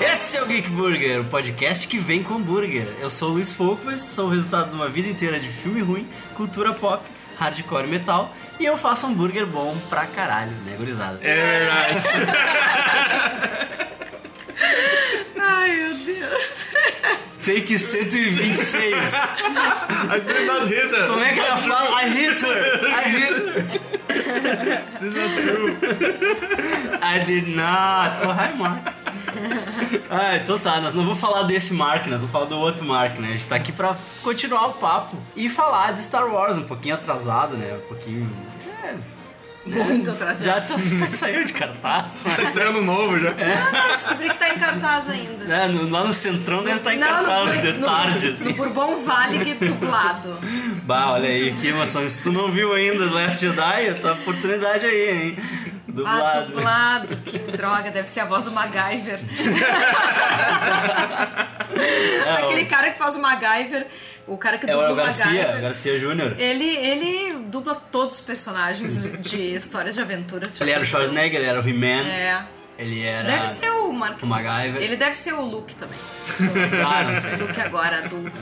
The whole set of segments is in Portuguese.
Esse é o Geek Burger, o podcast que vem com hambúrguer. Eu sou o Luiz Focus, sou o resultado de uma vida inteira de filme ruim, cultura pop, hardcore e metal, e eu faço hambúrguer bom pra caralho, né, gurizada? É verdade. Ai, meu Deus. Take 126. I did not hit her. Como é que ela fala? I hit her! I hit her! This is not true. I did not! Oh, hi, Mark. Ah, então tá, nós não vamos falar desse Mark, nós vamos falar do outro Mark, né? A gente tá aqui pra continuar o papo e falar de Star Wars, um pouquinho atrasado, né? Um pouquinho. É, Muito atrasado. já tá, tá saiu de cartaz. Tá estreando novo já. É, Não, não, descobri que tá em cartaz ainda. Né? No- lá no Centrão deve estar tá em cartaz no, de tarde, no, no assim. Bourbon Valley que dublado. Bah, olha aí, que emoção. Se tu não viu ainda The Last Jedi, é tua oportunidade aí, hein? Ah, Dublado. dublado. Que droga, deve ser a voz do MacGyver. Aquele cara que faz o MacGyver, o cara que É dubla o o Garcia, MacGyver. Garcia Júnior. Ele, ele dubla todos os personagens de- de histórias de aventura. Ele é era o Schwarzenegger, ele era o He-Man. É. Ele era. Deve ser o Mark. O MacGyver. Ele deve ser o Luke também. Ah, não sei. O Luke agora adulto.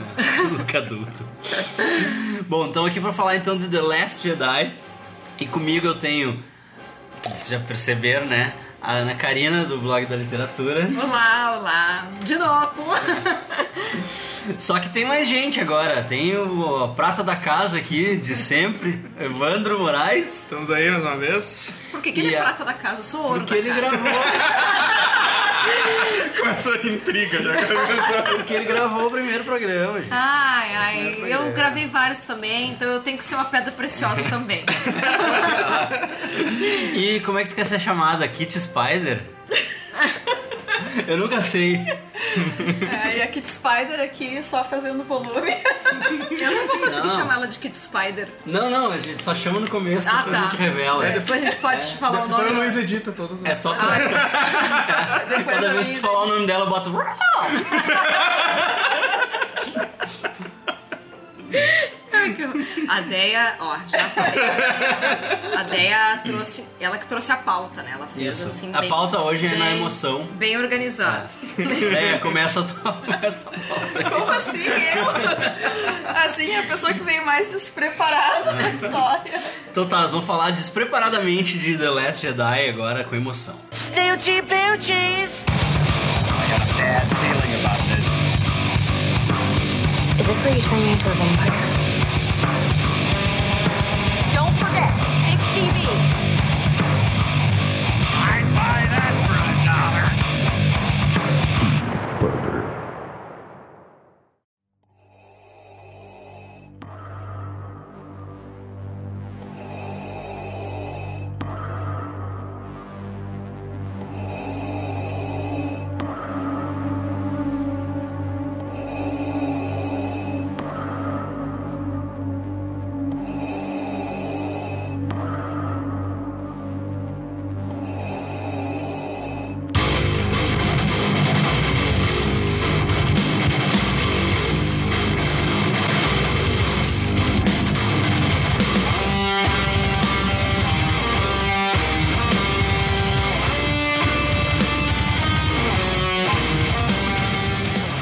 Luke adulto. Bom, então aqui pra falar então de The Last Jedi. E comigo eu tenho. Vocês já perceberam, né? A Ana Karina, do blog da literatura. Olá, olá. De novo. Só que tem mais gente agora. Tem o, a prata da casa aqui, de sempre, Evandro Moraes. Estamos aí mais uma vez. Por que, que ele E a- é prata da casa? Eu sou ouro Porque da ele casa. gravou. Começa a intriga já. Porque ele gravou o primeiro programa, gente. Ai, ai. é. Eu gravei vários também, então eu tenho que ser uma pedra preciosa também. E como é que tu quer ser chamada? Kit Spider? Eu nunca sei. É, e a Kid Spider aqui só fazendo volume. Eu não vou conseguir Não. chamá-la de Kid Spider. Não, não, a gente só chama no começo, Ah, depois tá. a gente revela. É, Depois Ah, a gente pode te falar o nome. Depois o Luiz edita todas É as... só tu. Cada vez que tu falar o nome dela, bota. A Deia, ó, já falei. A Deia trouxe. Ela que trouxe a pauta, né? Ela fez assim. Isso. A bem- pauta hoje é na bem- emoção. Bem organizado. É, começa a tua. Começa a pauta. Como assim eu? Assim, a pessoa que veio mais despreparada na história. Então tá, nós vamos falar despreparadamente de The Last Jedi agora com emoção. Snooty Booties! Is this where you turn me into a vampire? Don't forget, 6TV.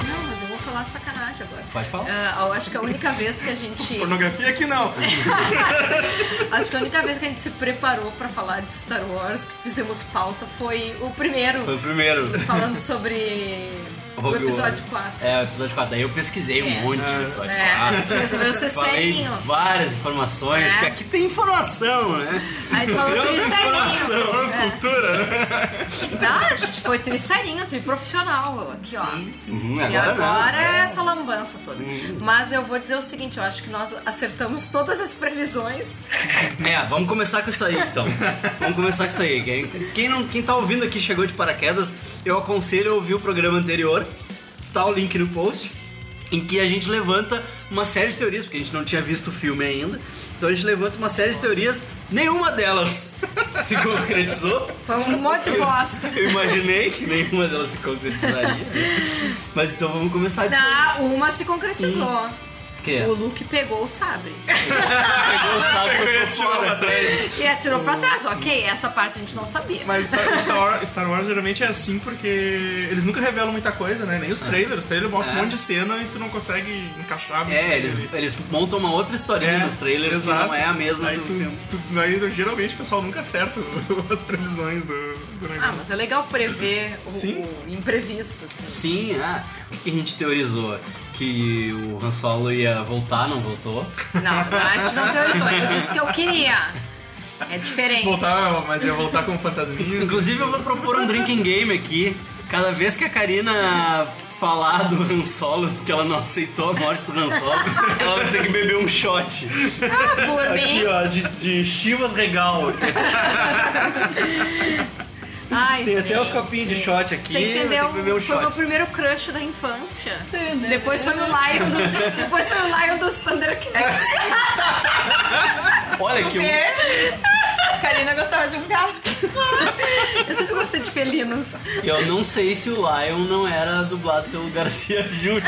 Não, mas eu vou falar sacanagem agora. Pode falar. Ah, eu acho que a única vez que a gente. Pornografia aqui não. Acho que a única vez que a gente se preparou pra falar de Star Wars, que fizemos pauta, foi o primeiro, Foi o primeiro. falando sobre o Rogue episódio One. 4. É, o episódio 4. Daí eu pesquisei um É. monte do episódio É, a 4. gente resolveu ser Falei serinho. várias informações, É. porque aqui tem informação, né? Aí falou Grande trisserinho. informação. Cultura, né? Não, a gente foi trisserinho, triprofissional aqui, ó. Uhum, E agora, agora, não. é essa lambança toda. Mas eu vou dizer o seguinte, eu acho que nós acertamos todas as previsões. É, vamos começar com isso aí então. Vamos começar com isso aí. Quem, quem, não, quem tá ouvindo aqui e chegou de paraquedas, eu aconselho a ouvir o programa anterior. Tá o link no post. Em que a gente levanta uma série de teorias, porque a gente não tinha visto o filme ainda. Então a gente levanta uma série de teorias, nenhuma delas se concretizou. Foi um monte de bosta. Eu imaginei que nenhuma delas né? se concretizaria. Mas então vamos começar disso. aí. Hum. Tá, uma se concretizou. quê? O Luke pegou o sabre Pegou o sabre Eu e ia tocou tirar pra fora. trás. e atirou pra trás. Ok, essa parte a gente não sabia. Mas Star, Star Wars, Star Wars geralmente é assim porque eles nunca revelam muita coisa, né? Nem os trailers. Os trailers mostram É. um monte de cena e tu não consegue encaixar. muito É, bem eles, ali. eles montam uma outra historinha É, nos trailers que não é a mesma aí do tu, filme. tu- aí, geralmente o pessoal nunca acerta as previsões do, do negócio. Ah, mas é legal prever o, Sim. o imprevisto. assim. Sim, ah, o que a gente teorizou? Que o Han Solo ia voltar, não voltou. Não, a gente não teorizou. Eu disse que eu queria. É diferente. Voltar, mas ia voltar como fantasminha. Inclusive, eu vou propor um drinking game aqui. Cada vez que a Karina falar do Han Solo, que ela não aceitou a morte do Han Solo, ela vai ter que beber um shot. Ah, por Aqui, mim. ó, de, de Chivas Regal. Ai, Tem até gente. os copinhos de shot aqui. Você entendeu? Tem que beber um foi shot. meu primeiro crush da infância. Depois foi o Lion do, depois foi o Lion dos Thundercats. Olha que eu, A Karina gostava de um gato. Eu sempre gostei de felinos. eu não sei se o Lion não era dublado pelo Garcia Júnior.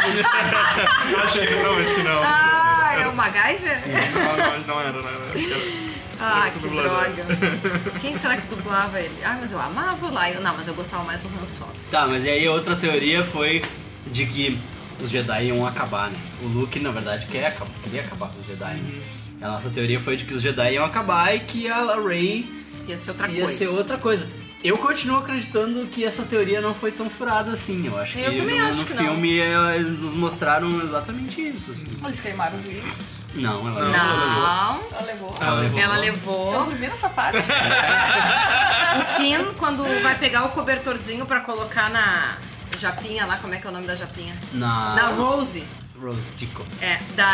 Eu achei que não, acho que não. Ah, é o MacGyver? Não, não, não era, não era. Acho que era. Ah, Era que tudo dublado. droga. Quem será que dublava ele? Ah, mas eu amava o Lion. Não, mas eu gostava mais do Han Solo. Tá, mas e aí outra teoria foi de que os Jedi iam acabar, né? O Luke, na verdade, quer acab- queria acabar com os Jedi. né? Uhum. A nossa teoria foi de que os Jedi iam acabar e que a Rey Ia ser outra ia coisa. ser outra coisa. Eu continuo acreditando que essa teoria não foi tão furada assim. Eu acho Eu que também no, acho no que não. filme eh, eles nos mostraram exatamente isso. assim. Eles queimaram os livros. Não, ela Não, Ela levou. Ela levou. ela Eu levou. dormi nessa parte. O Finn, quando vai pegar o cobertorzinho pra colocar na japinha lá, como é que é o nome da japinha? Na, Na Rose. Rose Tico. É, um- Abre daí. ah, ele abre,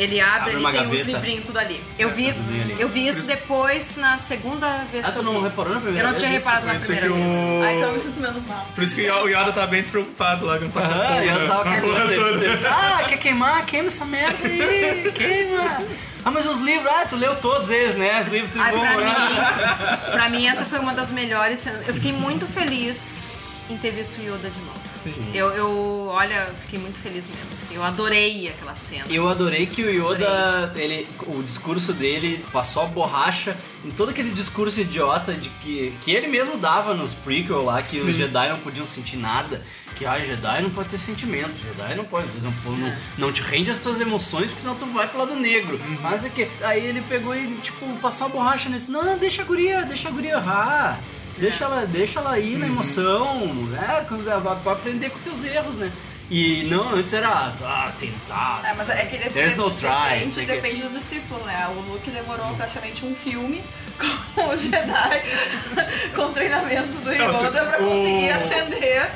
ali uma tem uns gaveta. É, tá livrinhos tudo ali. Eu vi, bem ali. eu vi isso depois na segunda vez Ah, que tu eu não vi. reparou na primeira Eu não tinha vez isso? reparado na Por isso é que primeira vez. o. Ah, então eu me sinto menos mal. Por isso que o Yoda tá bem despreocupado lá quando tá com Ah, fogo, eu né? tava A porra queimando. toda. Ah, quer queimar? Queima essa merda aí. Queima. Ah, mas os livros, ah, tu leu todos eles, né? Os livros tudo Ai, bom, pra, né? mim, pra mim, essa foi uma das melhores cenas. Eu fiquei muito feliz em ter visto o Yoda de novo. Eu, eu, olha, eu fiquei muito feliz mesmo. assim. Eu adorei aquela cena. Eu adorei que o Yoda, ele, o discurso dele passou a borracha em todo aquele discurso idiota de que, que ele mesmo dava nos prequel lá, que os Jedi não podiam sentir nada. Que, ah, Jedi não pode ter sentimento, Jedi não pode, não, É. não, não te rende as tuas emoções, porque senão tu vai pro lado negro. Mas é que, aí ele pegou e, tipo, passou a borracha nesse, não, não, deixa a guria, deixa a guria errar. É. Deixa ela, deixa ela ir na emoção, né? Quando ela Vai vai aprender com teus erros, né? E não, antes era ah, tentar. É, mas é que dep- There's no try, não depende, sei o quê. depende do discípulo, né? O Luke demorou praticamente um filme com o Jedi, com o treinamento do Yoda pra o- conseguir acender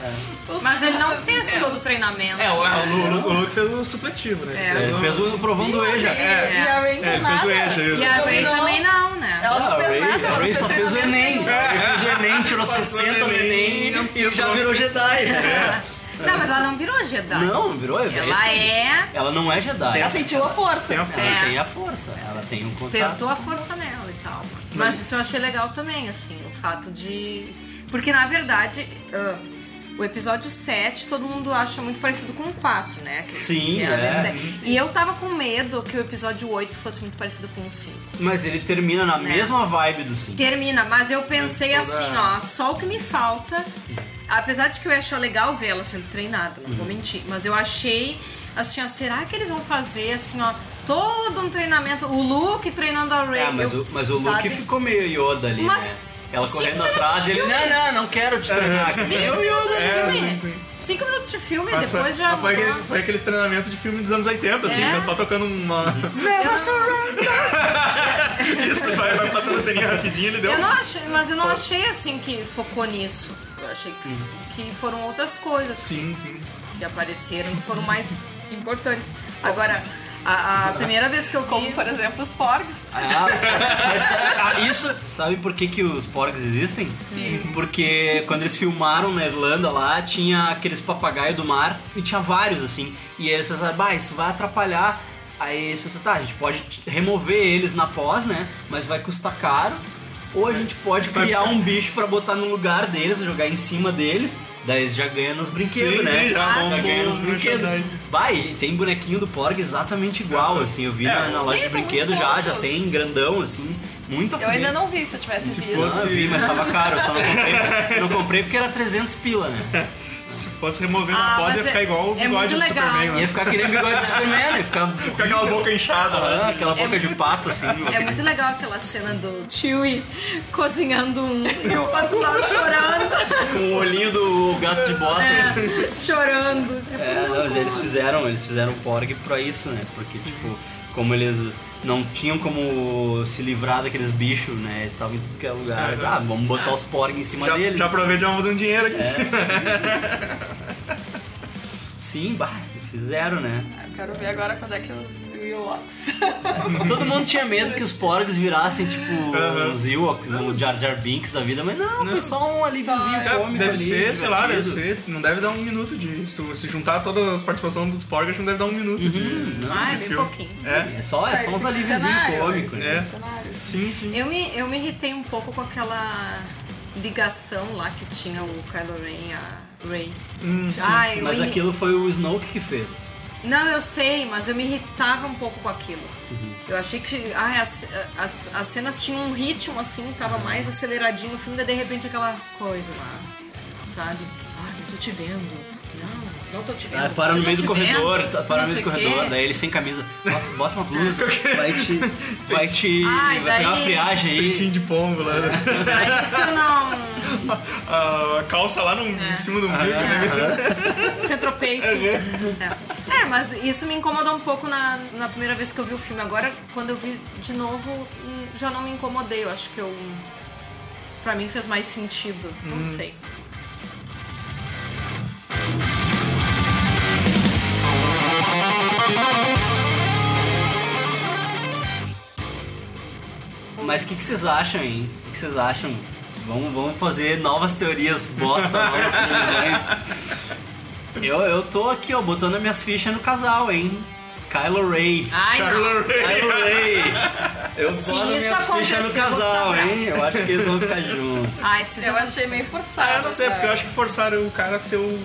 os Mas ele não fez todo o treinamento. É, Ah, O o, Luke, o Luke fez o supletivo, né? É. ele fez o provão do E, EJA. É. e a Rey É, ele fez o Eja. nada. E a Ray Dominou. também não, né? Ela Ah, não a fez Ray, nada, a ela Ray só fez o Enem. Ele fez o Enem, tirou Passou 60 no no Enem Enem, e entrou. já virou Jedi. né? Não, mas ela não virou Jedi. Não, virou é isso Ela que- é. Ela não é Jedi. assim, Ela sentiu a força. Tem a força. Ela É. tem a força, ela tem um contato. Despertou a força nela e tal. Mas isso eu achei legal também, assim, o fato de. Porque na verdade. ah, o episódio 7 todo mundo acha muito parecido com o 4, né? Que- Sim, que era a é. mesma ideia. E eu tava com medo que o episódio 8 fosse muito parecido com o 5. Mas ele termina na mesma vibe do 5. Termina, mas eu pensei Toda- assim, ó, só o que me falta. Apesar de que eu ia achar legal vê-la sendo treinada, não vou Uhum. mentir. Mas eu achei assim, ó, será que eles vão fazer assim, ó, todo um treinamento? O Luke treinando a Rey. É, mas, eu- o, mas o Luke sabe? ficou meio Yoda ali, Mas né? Ela cinco correndo minutos atrás, de ele, filme. não, não, não quero te treinar. Cinco minutos de É, filme. sim, sim. Cinco minutos de filme, Mas foi, depois já. mas foi, aquele, foi aqueles treinamentos de filme dos anos 80, assim, É. que eu tô tocando uma. Isso, vai, vai passando a ceninha rapidinho, ele deu. Eu não achei, mas eu não achei assim que focou nisso. Eu achei que, que foram outras coisas. Sim, sim. que apareceram que foram mais importantes. Agora, a, a primeira vez que eu Como, vi. por exemplo, os porgs. Ah, mas ah, isso, sabe por que, que os porcos existem? Sim. Porque quando eles filmaram na Irlanda lá, tinha aqueles papagaios do mar e tinha vários assim. E aí você sabe, ah, isso vai atrapalhar. Aí eles pensam, tá, a gente pode remover eles na pós, né? Mas vai custar caro. ou a gente pode criar um bicho pra botar no lugar deles, jogar em cima deles, daí eles já ganham nos brinquedos, Sim, né? sim, já já vão ganham nos os brinquedos. merchandise. Vai, tem bonequinho do Porg exatamente igual, assim, eu vi É. na, na loja Sim, de são muito brinquedos já, já fofos. tem grandão, assim, muito a Eu ainda fuder. não vi se eu tivesse Se visto. Ah, eu vi, mas tava caro, eu só não comprei, não comprei porque era 300 pila, né? Se fosse remover Ah, uma pose, ia mas ficar é- igual o é bigode muito do legal. Superman lá. Ia ficar querendo bigode de Superman, ia ficar Com aquela boca inchada Ah, lá. aquela boca de pato, assim. É muito legal aquela cena do Chewie cozinhando um e o outro lá chorando, Com o olhinho do gato de bota. É. assim. chorando. Tipo, É, não, não, mas eles fizeram, eles fizeram Porg pra isso, né? Porque, tipo, como eles não tinham como se livrar daqueles bichos, né? Eles estavam em tudo que é lugar. Eles, ah, vamos botar os Porg em cima Já, deles. já aproveita e vamos fazer um dinheiro aqui. Sim, bah, fizeram, né? Eu quero ver agora quando é que os Ewoks. Todo mundo tinha medo que os Porgs virassem, tipo, uns Ewoks, um Jar Jar Binks da vida, mas não, foi só um alíviozinho é. Só- cômico É, Deve ali, ser, sei lá, deve divertido. ser. Não deve dar um minuto de. Se, se juntar todas as participações dos Porgas, não deve dar um minuto Uhum. de. Ah, é de bem filme. pouquinho. É. É só, é só uns Parece um alíviozinhos cenário, cômicos, né? É. Cenário. Sim, sim. Eu me, eu me irritei um pouco com aquela ligação lá que tinha o Kylo Ren e a Rey. Hum, Ai, eu Mas me- aquilo foi o Snoke que fez. Não, eu sei, mas eu me irritava um pouco com aquilo. Eu achei que ai, as, as, as cenas tinham um ritmo assim, tava mais aceleradinho o filme, daí de repente aquela coisa lá, sabe? Ah, eu tô te vendo. Não, não tô te vendo. Ah, para eu no tô meio te do corredor, vendo, tá- tu para não no meio do sei o quê. corredor, daí ele sem camisa, bota, bota uma blusa, vai te. Vai te. Ai, vai pegar uma daí- friagem aí. Peitinho de pombo lá. É. né? Daí isso eu não. A calça lá no, em cima do Ah, umbigo, né? é. Centropeito. Uhum. É. é, mas isso me incomodou um pouco na, na primeira vez que eu vi o filme. Agora, quando eu vi de novo, hum, já não me incomodei. Eu acho que eu. Pra mim fez mais sentido. Uhum. Não sei. Mas o que, que vocês acham, hein? O que, que vocês acham? Vamos, vamos fazer novas teorias bosta, novas previsões. Eu, eu tô aqui, ó, botando minhas fichas no casal, hein? Kylo Ray. Ai, não. Kylo Ren. Kylo Ray. Eu Se boto isso minhas fichas no acontecer, eu vou casal, ficar brava. hein? Eu acho que eles vão ficar juntos. Ai, esses Eu achei anos- meio forçado. Ah, eu não sei, sabe? porque eu acho que forçaram o cara a ser o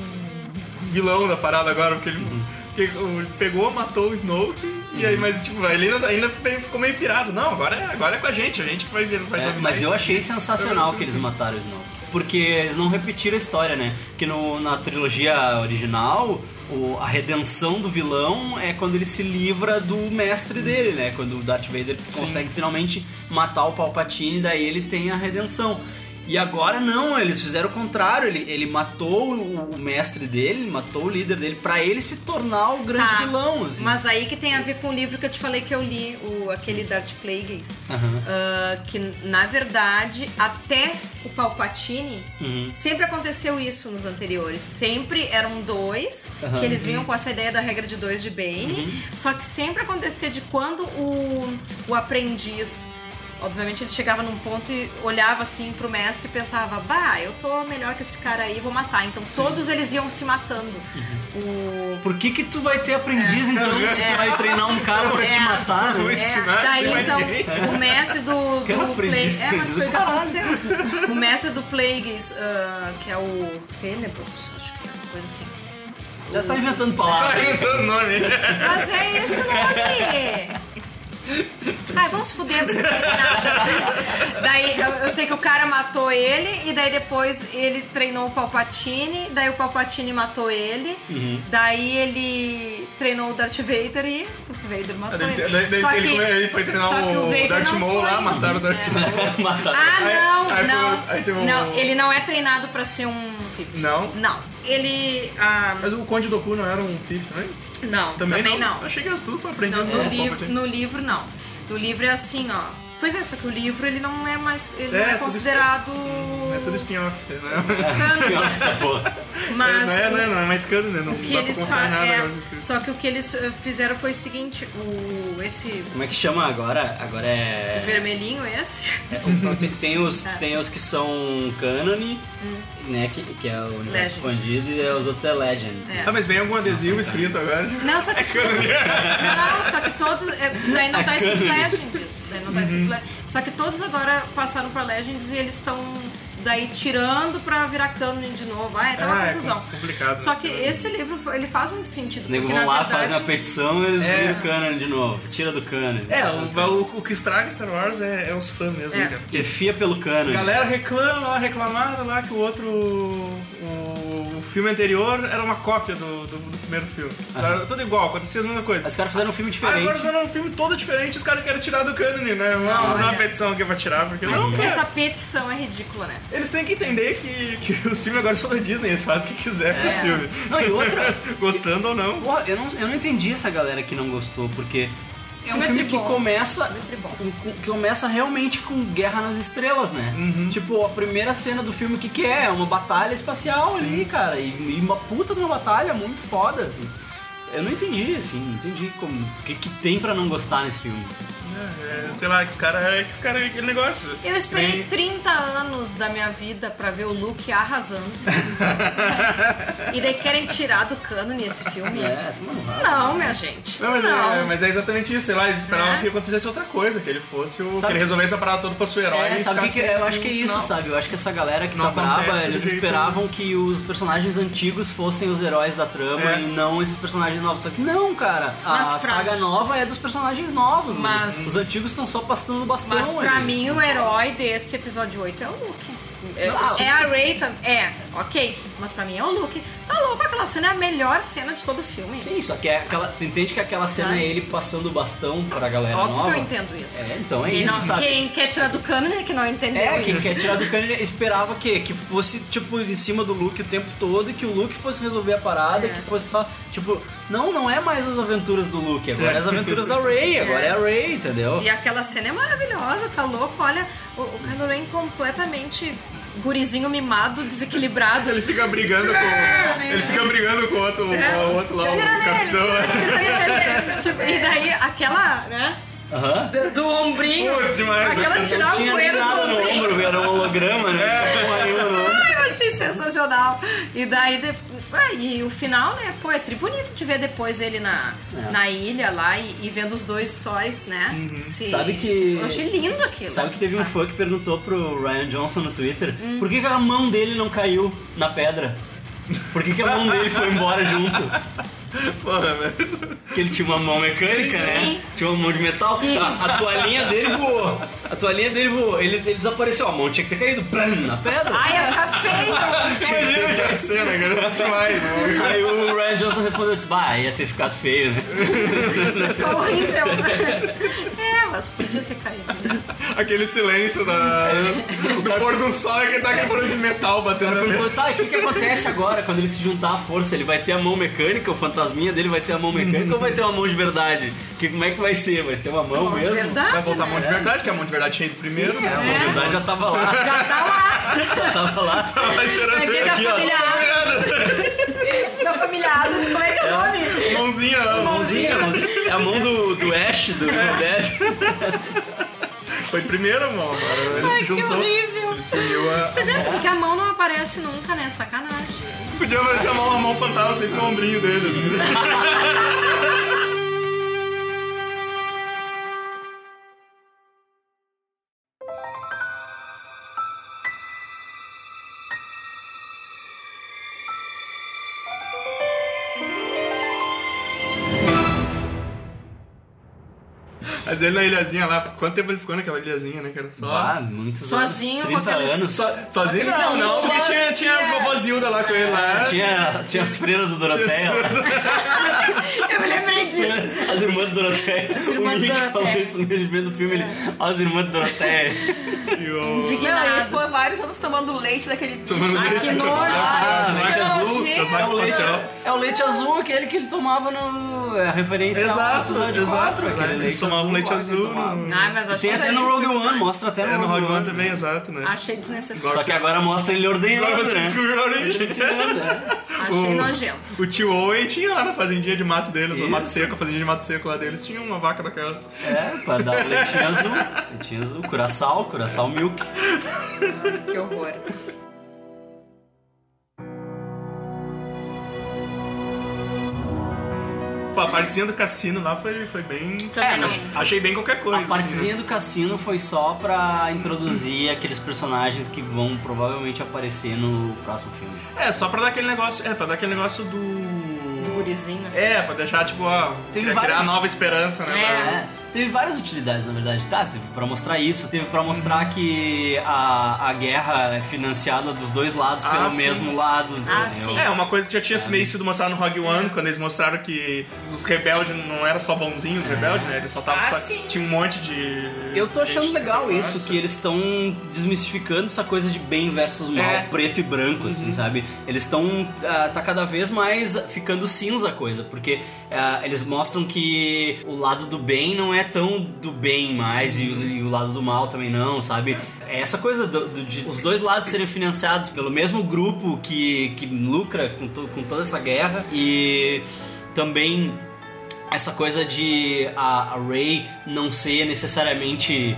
vilão da parada agora, porque ele. porque ele pegou, matou o Snoke, e Uhum. aí, mas tipo, ele ainda, ainda fe- ficou meio pirado. Não, agora é, agora é com a gente, a gente que vai vir. Vai É, dominar mas isso eu aqui. achei sensacional que eles mataram o Snoke. Porque eles não repetiram a história, né? Que no- na trilogia original, o- a redenção do vilão é quando ele se livra do mestre dele, né? Quando o Darth Vader consegue finalmente matar o Palpatine, daí ele tem a redenção. E agora não, eles fizeram o contrário. Ele, ele matou o, o mestre dele, matou o líder dele, pra ele se tornar o grande Tá. vilão. assim. Mas aí que tem a ver com o livro que eu te falei que eu li, o, aquele Darth Plagueis. Aham. Ah, que na verdade até o Palpatine sempre aconteceu isso nos anteriores sempre eram dois que eles vinham com essa ideia da regra de dois de Bane só que sempre acontecia de quando o, o aprendiz obviamente ele chegava num ponto e olhava assim pro mestre e pensava bah eu tô melhor que esse cara aí vou matar então todos eles iam se matando o Por que que tu vai ter aprendiz, então, se tu vai treinar um cara pra te É. matar, né? Não ensinar É, daí ninguém. então, o mestre do, Que eu do aprendi Plagueis. isso, É, aprendi mas foi do o que aconteceu. O mestre do Plagueis, ah, que é o Tenebros, acho que é uma coisa assim. Já tá inventando palavras. Inventando nome. Mas é esse o nome! Ai, vamos se fuder, vocês não sabem nada. Daí eu, eu sei que o cara matou ele, e daí depois ele treinou o Palpatine, daí o Palpatine matou ele, Uhum. daí ele treinou o Darth Vader e o Vader matou Daí ele. ele- daí- daí Só ele, que- ele foi treinar só que o, Vader Darth não Maul lá, foi. É. mataram o Darth Maul. Matar. Ah, Aí- não, aí foi não. o- aí teve um- o- Não, ele não é treinado pra ser um Sith. Não? Não. Ele. ah, Mas o Conde Doku não era um Sith também? não, também, Também, não. Eu Achei que é era tudo pra aprender. Não, isso, no, não, liv- Palpatine. no livro não. No livro é assim, ó. Pois é, só que o livro ele não é mais. Ele É, não é tudo considerado. É tudo spin-off, né? Pior canon, que essa porra. mas não, é, o não, é, não é mais cano, né? Não Ah, que dá pra eles confiar em fa- nada é, agora que eles escrevem. Só que o que eles eh, fizeram foi o seguinte, o. esse Como é que chama agora? Agora é. vermelhinho esse. é, o- tem, tem os, É. tem os que são cânone, né? Que, que é o universo Hum. Legends. expandido, e os outros é Legends. É. Tá, mas vem algum adesivo escrito agora? tipo, Não, só que todos. Não, só que todos. é, Daí não tá escrito Legend. disso. Daí não tá escrito Uhum. Le- Só que todos agora passaram pra Legends e eles estão daí tirando pra virar canon de novo. Ah, tá uma Ah, é confusão. complicado Só esse que negócio. esse livro, ele faz muito sentido. Os nego porque, vão na lá, verdade, fazem uma petição eles É. viram o canon de novo. Tira do canon. É, o, o, o que estraga Star Wars é, é os fãs mesmo, É. cara. Porque E fia pelo canon. a galera reclama, lá, reclamaram lá que o outro. O, o filme anterior era uma cópia do, do- do primeiro filme. Era tudo igual, acontecia a mesma coisa. Os caras fizeram um filme Ah, agora Ah. diferente. fizeram um filme todo diferente, os caras querem tirar do cânone, né? Vamos fazer uma olha. petição aqui pra tirar, porque não, cara. Essa petição é ridícula, né? Eles têm que entender que, que os filmes agora são da Disney, eles fazem o que quiser com os filmes. É. Não, e outra- Gostando ou não. Pô, eu não, eu não entendi essa galera que não gostou, porque é um um filme Um que tribom. começa com- com- que começa realmente com Guerra nas Estrelas, né? Tipo, a primeira cena do filme, o que que é? É uma batalha espacial ali, cara, e, e uma puta de uma batalha muito foda, assim. Eu não entendi, assim, não entendi como- o que, que tem pra não gostar nesse filme. É, sei lá, que os caras. É, que os caras. Aquele negócio. Eu esperei Bem- 30 anos da minha vida pra ver o Luke arrasando. e daí querem tirar do cânone esse filme? É, toma no rabo. Não, minha gente. Não, Não, mas, É, mas é exatamente isso, sei lá, eles esperavam É. que acontecesse outra coisa, que ele fosse o. Sabe- que ele resolvesse a parada toda, fosse o herói. É, e sabe o que, que ficasse é? Eu acho que é no isso, final. sabe? Eu acho que essa galera que Não tá braba, acontece eles de jeito esperavam que os personagens antigos fossem os heróis da trama É. e não esses personagens novos. Só que não, cara. A Mas pra- saga nova é dos personagens novos. Os- Mas- Os antigos estão só passando bastante. Mas pra mim, o herói desse episódio 8 é o Luke. É, Não. é a Ray também. É, ok. Mas pra mim é o Luke. Tá louco, aquela cena é a melhor cena de todo o filme. Sim, só que é aquela. Tu entende que aquela cena é ele passando o bastão pra galera Tá. Óbvio É nova? que eu entendo isso. É, então é Quem, isso, não- sabe? quem quer tirar do cânone que não entendeu É, quem isso. quer tirar do Kanye esperava que, que fosse, tipo, em cima do Luke o tempo todo e que o Luke fosse resolver a parada, É. que fosse só, tipo, não, não é mais as aventuras do Luke, agora é, É. as aventuras da Ray, agora é, É. a Ray, entendeu? E aquela cena é maravilhosa, tá louco? Olha, o, o Kylo Ren completamente gurizinho mimado, desequilibrado. Ele fica brigando com. Ele fica brigando com o outro, o outro lá, Tira o nele, capitão. É. né? tira né? nele. Tipo, E daí, aquela, né? Aham. Do, do ombrinho. Pô, demais. aquela Não tirar o Tinha nem poeiro do nada no ombrinho. ombro, era um holograma, né? Tinha uma rima no ombro. Ai, eu achei sensacional. E daí, de... ah, e o final, né? Pô, é tri bonito de ver depois ele na, É. na ilha lá e, e vendo os dois sóis, né? Se- Sabe que- se- Eu achei lindo aquilo. Sabe que teve um fã que perguntou pro Ryan Johnson no Twitter por que, que a mão dele não caiu na pedra? Por que, que a mão dele foi embora junto? Porra, velho. Que ele tinha uma mão mecânica, né? Tinha uma mão de metal. A, a toalhinha dele voou. A toalhinha dele voou. Ele, ele desapareceu. A mão tinha que ter caído plam, na pedra. Ai, ia ficar feio. Imagina que a cena, cara. Demais, mano. Aí o Ryan Johnson respondeu, disse, bah, ia ter ficado feio, né? um Ficou horrível. É, mas podia ter caído mesmo. Aquele silêncio da, do pôr do sol é que tá aquele barulho de metal batendo na mesa. Perguntou, tá, e o que, que acontece agora quando ele se juntar à força? Ele vai ter a mão mecânica, o fantasminha dele vai ter a mão mecânica ou vai ter uma mão de verdade? Que, como é que vai ser? Vai ser uma mão, Bom, de mesmo? verdade, Vai voltar a né? mão de verdade, que a mão de verdade tinha ido primeiro. É, a né? mão de verdade já tava lá. Já tá lá, Já tava lá. é. Vai ser a aquele da Aqui, ó. família Adams. Da família Adams, como é que é o nome? mãozinha. Mãozinha, mãozinha. É a mão do, do Ash, do É. Dead. Foi primeiro, mão. agora Ele se que juntou. horrível. Ele se uniu a. Pois é, porque a mão não aparece nunca, né? Sacanagem. Podia aparecer a mão, a mão fantasma sempre no ombrinho dele. né? Mas ele na Tá ilhazinha lá, quanto tempo ele ficou naquela ilhazinha, né, cara? Só. Ah, muitos Sozinho, anos, 30 com aqueles- anos. So- sozinho não, Aqueles não, porque robôs, tinha, tinha as tinha- vovozildas lá com ele lá. Tinha, tinha as freiras do Doroteia. Eu me lembrei disso. As irmãs do É. Doroteia. irmãs o do Nick Doroteia. falou isso no meio do filme. Ele, ó, as irmãs do Doroteia. E o- Não, ele ficou Indignados. vários anos tomando leite daquele bicho. Tomando Ai, leite que do- nojo. Ah, Ai, leite que azul, nojento. das marcas- o leite, espacial. é o leite azul, aquele que ele tomava no. É a referência ao Exato, episódio exato, 4, né? aquele Eles leite tomavam azul, leite lá, azul ele tomava. no- Ai, mas achei Tem até no Rogue One, desnecessário. mostra até É, no no Rogue One também, exato, né? Achei desnecessário. Só que agora mostra ele ordenando. Agora você né? descobriu a origem. Achei nojento. O tio Owen tinha lá na fazendinha de mato deles, no mato seco, a fazendinha de mato seco lá deles, tinha uma vaca daquelas. É, pra dar o leitinho azul. Leitinho azul, curaçal, curaçal milk. Que horror. Pô, a partezinha do cassino lá foi, foi bem. Também não. ach- achei bem qualquer coisa. A partezinha do cassino foi só pra introduzir aqueles personagens que vão provavelmente aparecer no próximo filme. assim. É, só pra dar aquele negócio. É, pra dar aquele negócio Do do. gurizinho. É, pra deixar, tipo, ó. Teve criar, vários- criar nova esperança, né? É. pra- É, teve várias utilidades, na verdade, tá? Teve pra mostrar isso, teve pra mostrar que a, a guerra é financiada dos dois lados, Ah, pelo sim. mesmo lado. Ah, entendeu? sim. É, uma coisa que já tinha meio sido mostrada no Rogue One, quando eles mostraram que os rebeldes não eram só bonzinhos, os rebeldes, né? Eles só estavam. Ah, só- sim. Tinha um monte de. Eu tô achando gente legal rebelde, isso, assim. que eles estão desmistificando essa coisa de bem versus mal, É. preto e branco, assim, sabe? Eles estão. ah, tá cada vez mais ficando cinza a coisa, porque ah, eles mostram que o lado do bem não é tão do bem mais e, e o lado do mal também não, sabe? É Essa coisa do- do- de os dois lados serem financiados pelo mesmo grupo que, que lucra com, to- com toda essa guerra e também essa coisa de a, a Ray não ser necessariamente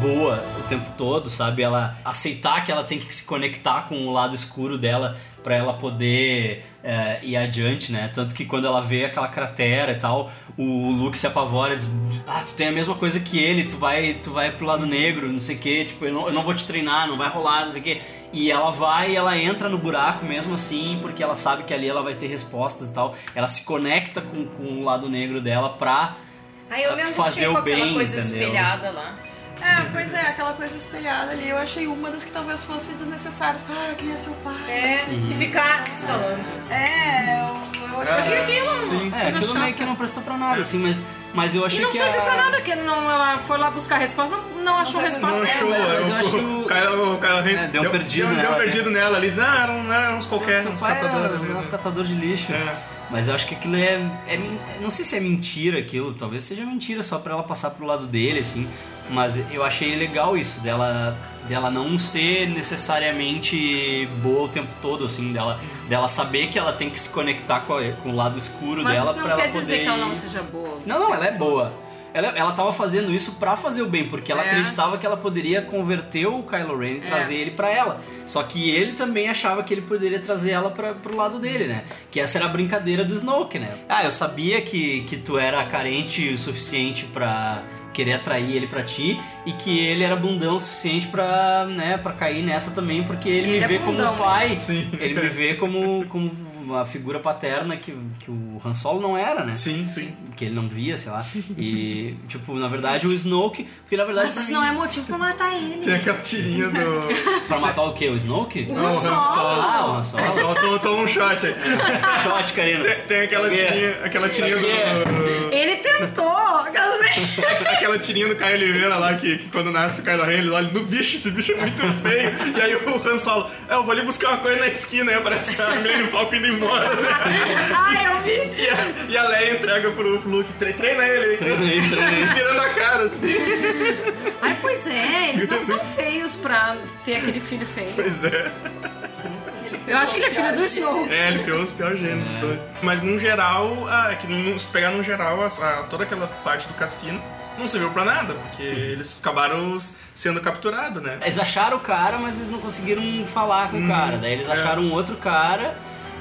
boa o tempo todo, sabe? Ela aceitar que ela tem que se conectar com o lado escuro dela pra ela poder é, ir adiante, né? Tanto que quando ela vê aquela cratera e tal, o Luke se apavora, diz, ah, tu tem a mesma coisa que ele, tu vai, tu vai pro lado negro, não sei o que, tipo, eu não, eu não vou te treinar, não vai rolar, não sei o que. E ela vai e ela entra no buraco mesmo assim, porque ela sabe que ali ela vai ter respostas e tal. Ela se conecta com, com o lado negro dela pra. Aí eu me angustiei Fazer o com aquela bem, coisa entendeu? espelhada lá. É, pois é, aquela coisa espelhada ali, eu achei uma das que talvez fosse desnecessário. Ficar, Ah, eu queria ser o pai. É, e ficar instalando. É, eu, eu achei. E aquilo, Sim, É, coisa aquilo chata. meio que não prestou pra nada, assim, mas, mas eu E achei não que. serve a... pra nada, que não, ela foi lá buscar a resposta, não, não achou teve resposta. Não resposta. achou, mas é, eu o- acho que o o- Kylo- o Kylo Ren É, deu perdido deu, nela, né? Deu perdido nela ali, diz, ah, eram, eram uns qualquer, Teu uns pai era catadores. um né? catador de lixo. É. Mas eu acho que aquilo é, é men- Não sei se é mentira aquilo, talvez seja mentira só pra ela passar pro lado dele, assim. Mas eu achei legal isso, dela, dela não ser necessariamente boa o tempo todo, assim, dela, dela saber que ela tem que se conectar com, a- com o lado escuro Mas dela isso não pra quer ela dizer poder. que ela não ir- seja boa. Não, não, ela é boa. Ela, ela tava fazendo isso pra fazer o bem, porque ela É. acreditava que ela poderia converter o Kylo Ren e trazer ele pra ela. Só que ele também achava que ele poderia trazer ela pra, pro lado dele, né? Que essa era a brincadeira do Snoke, né? Ah, eu sabia que, que tu era carente o suficiente pra querer atrair ele pra ti e que ele era bundão o suficiente pra, né, pra cair nessa também, porque ele, Ele me é vê bundão, como um né? pai. Sim. Ele me vê como, como uma figura paterna que, que o Han Solo não era, né? Sim, sim. que ele não via, sei lá. E, tipo, na verdade, o Snoke. Porque na verdade. Mas pra isso mim- não é motivo pra matar Tem ele. aquela tirinha do. Pra matar o quê? O Snoke? Han do Solo. Ah, o Han Solo. Toma- Toma toma um shot aí. Shot, Karina. Tem, tem aquela Alguém? tirinha, aquela tirinha é do. Ele tentou, aquelas vezes. Aquela tirinha do Caio Oliveira lá, que, que quando nasce o Kylo Ren, ele olha no bicho, esse bicho é muito feio. E aí o Han Solo, é, eu vou ali buscar uma coisa na esquina, e aparece a Millennium Falcon indo embora. né? Ai, eu vi. E a, e a Leia entrega pro, pro Luke, "Tre- treina ele aí. Treina aí, treina aí. Virando a cara, assim. Ai, pois é, eles não são feios pra ter aquele filho feio. Pois é. Eu acho que ele é filho do Snoke. É, ele pegou os piores gênios dos dois. Mas no geral, ah, é que no- se pegar no geral as- a- toda aquela parte do cassino não serviu pra nada, porque Uhum. eles acabaram s- sendo capturados, né? Eles acharam o cara, mas eles não conseguiram falar com o cara. Daí eles acharam um outro cara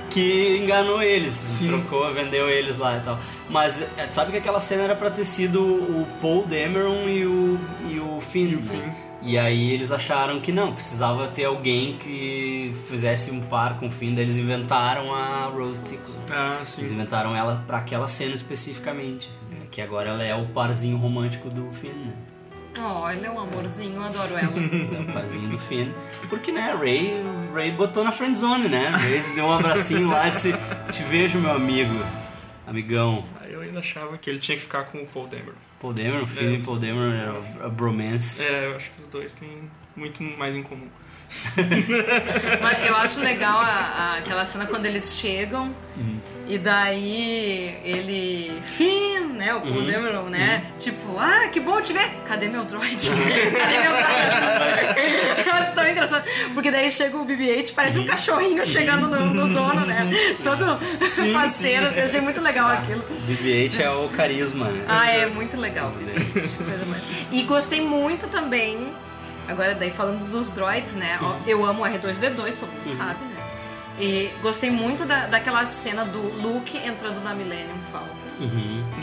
que enganou eles, Sim. trocou, vendeu eles lá e tal. Mas é, sabe que aquela cena era pra ter sido o Paul Dameron e o, e o Finn. né? E aí eles acharam que não, precisava ter alguém que fizesse um par com o Finn. Daí eles inventaram a Rose Tickle. Ah, Eles sim. inventaram ela pra aquela cena especificamente, assim, né? que agora ela é o parzinho romântico do Finn, né? Oh, ele é um amorzinho, eu adoro ela. É o parzinho do Finn. Porque, né, Ray, Ray botou na friendzone, né? Ray deu um abracinho lá e disse: Te vejo, meu amigo. Amigão. Aí eu ainda achava que ele tinha que ficar com o Paul Dameron. Paul Dameron, Finn e Paul Dameron era a bromance. É, eu acho que os dois têm muito mais em comum. Mas eu acho legal a- a- aquela cena quando eles chegam e daí ele. Fim, né? O Paul Dameron, né? Tipo, ah, que bom te ver! Cadê meu droid? Cadê meu droid? eu acho tão engraçado. Porque daí chega o BB-8, parece um cachorrinho chegando no, no dono, né? Todo parceiro. assim, Eu achei muito legal aquilo. BB-8 é o carisma, né? Ah, é muito legal. Coisa mais. E gostei muito também, agora daí falando dos droids, né? Ó, Eu amo o R2D2, todo mundo sabe, né? E gostei muito da, daquela cena do Luke entrando na Millennium Falcon.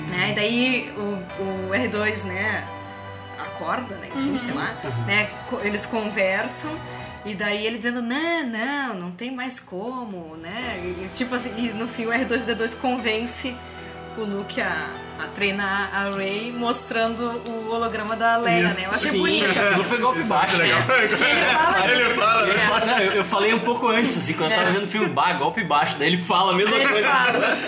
Né? E daí o, o R2, né, acorda, né, enfim, sei lá, né, co- eles conversam e daí ele dizendo, não, não, não tem mais como, né, e, e tipo assim, e no fim o R2-D2 convence o Luke a, a treinar a Rey mostrando o holograma da Leia, né, eu achei Sim, bonito. aquilo foi golpe baixo, né? Ele fala é Ele isso. fala, né? Eu, fa- não, eu- eu falei um pouco antes, assim, quando eu tava vendo o filme, bah, golpe baixo. Daí ele fala a mesma É. Ele coisa. fala.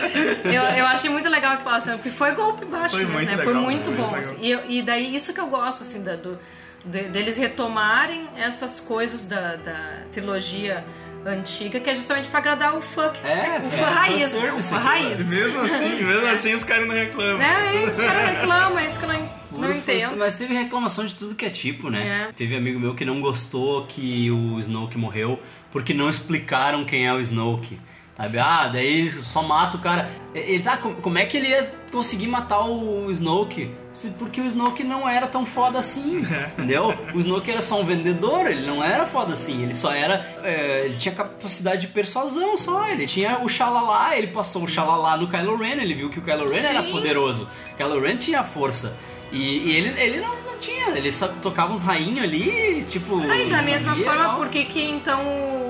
Eu, eu achei muito legal aquela cena, porque foi golpe baixo Foi mesmo, muito né? foi legal, muito foi bom. muito assim. E, eu- e daí, isso que eu gosto, assim, da- do, de- deles retomarem essas coisas da, da trilogia antiga, que é justamente pra agradar o fã. que- É, o é, fã raiz. O fanservice fã aqui, raiz. Mesmo assim, mesmo assim os caras não reclamam. Né? E os caras reclamam, é isso que eu não, Puro não força. entendo. Mas teve reclamação de tudo que é tipo, né? É. Teve amigo meu que não gostou que o Snoke morreu porque não explicaram quem é o Snoke. Sabe? Ah, daí só mata o cara. Ele, ah, com- como é que ele ia conseguir matar o Snoke? Se- Porque o Snoke não era tão foda assim, entendeu? O Snoke era só um vendedor, ele não era foda assim, ele só era. é, ele tinha capacidade de persuasão só, ele tinha o xalalá, ele passou o xalalá no Kylo Ren, ele viu que o Kylo Ren era Sim. poderoso poderoso. Kylo Ren tinha força. E, e ele, ele não, não tinha, ele só tocava uns rainhos ali, tipo. Tá, e da mesma ali e forma, tal. por que que então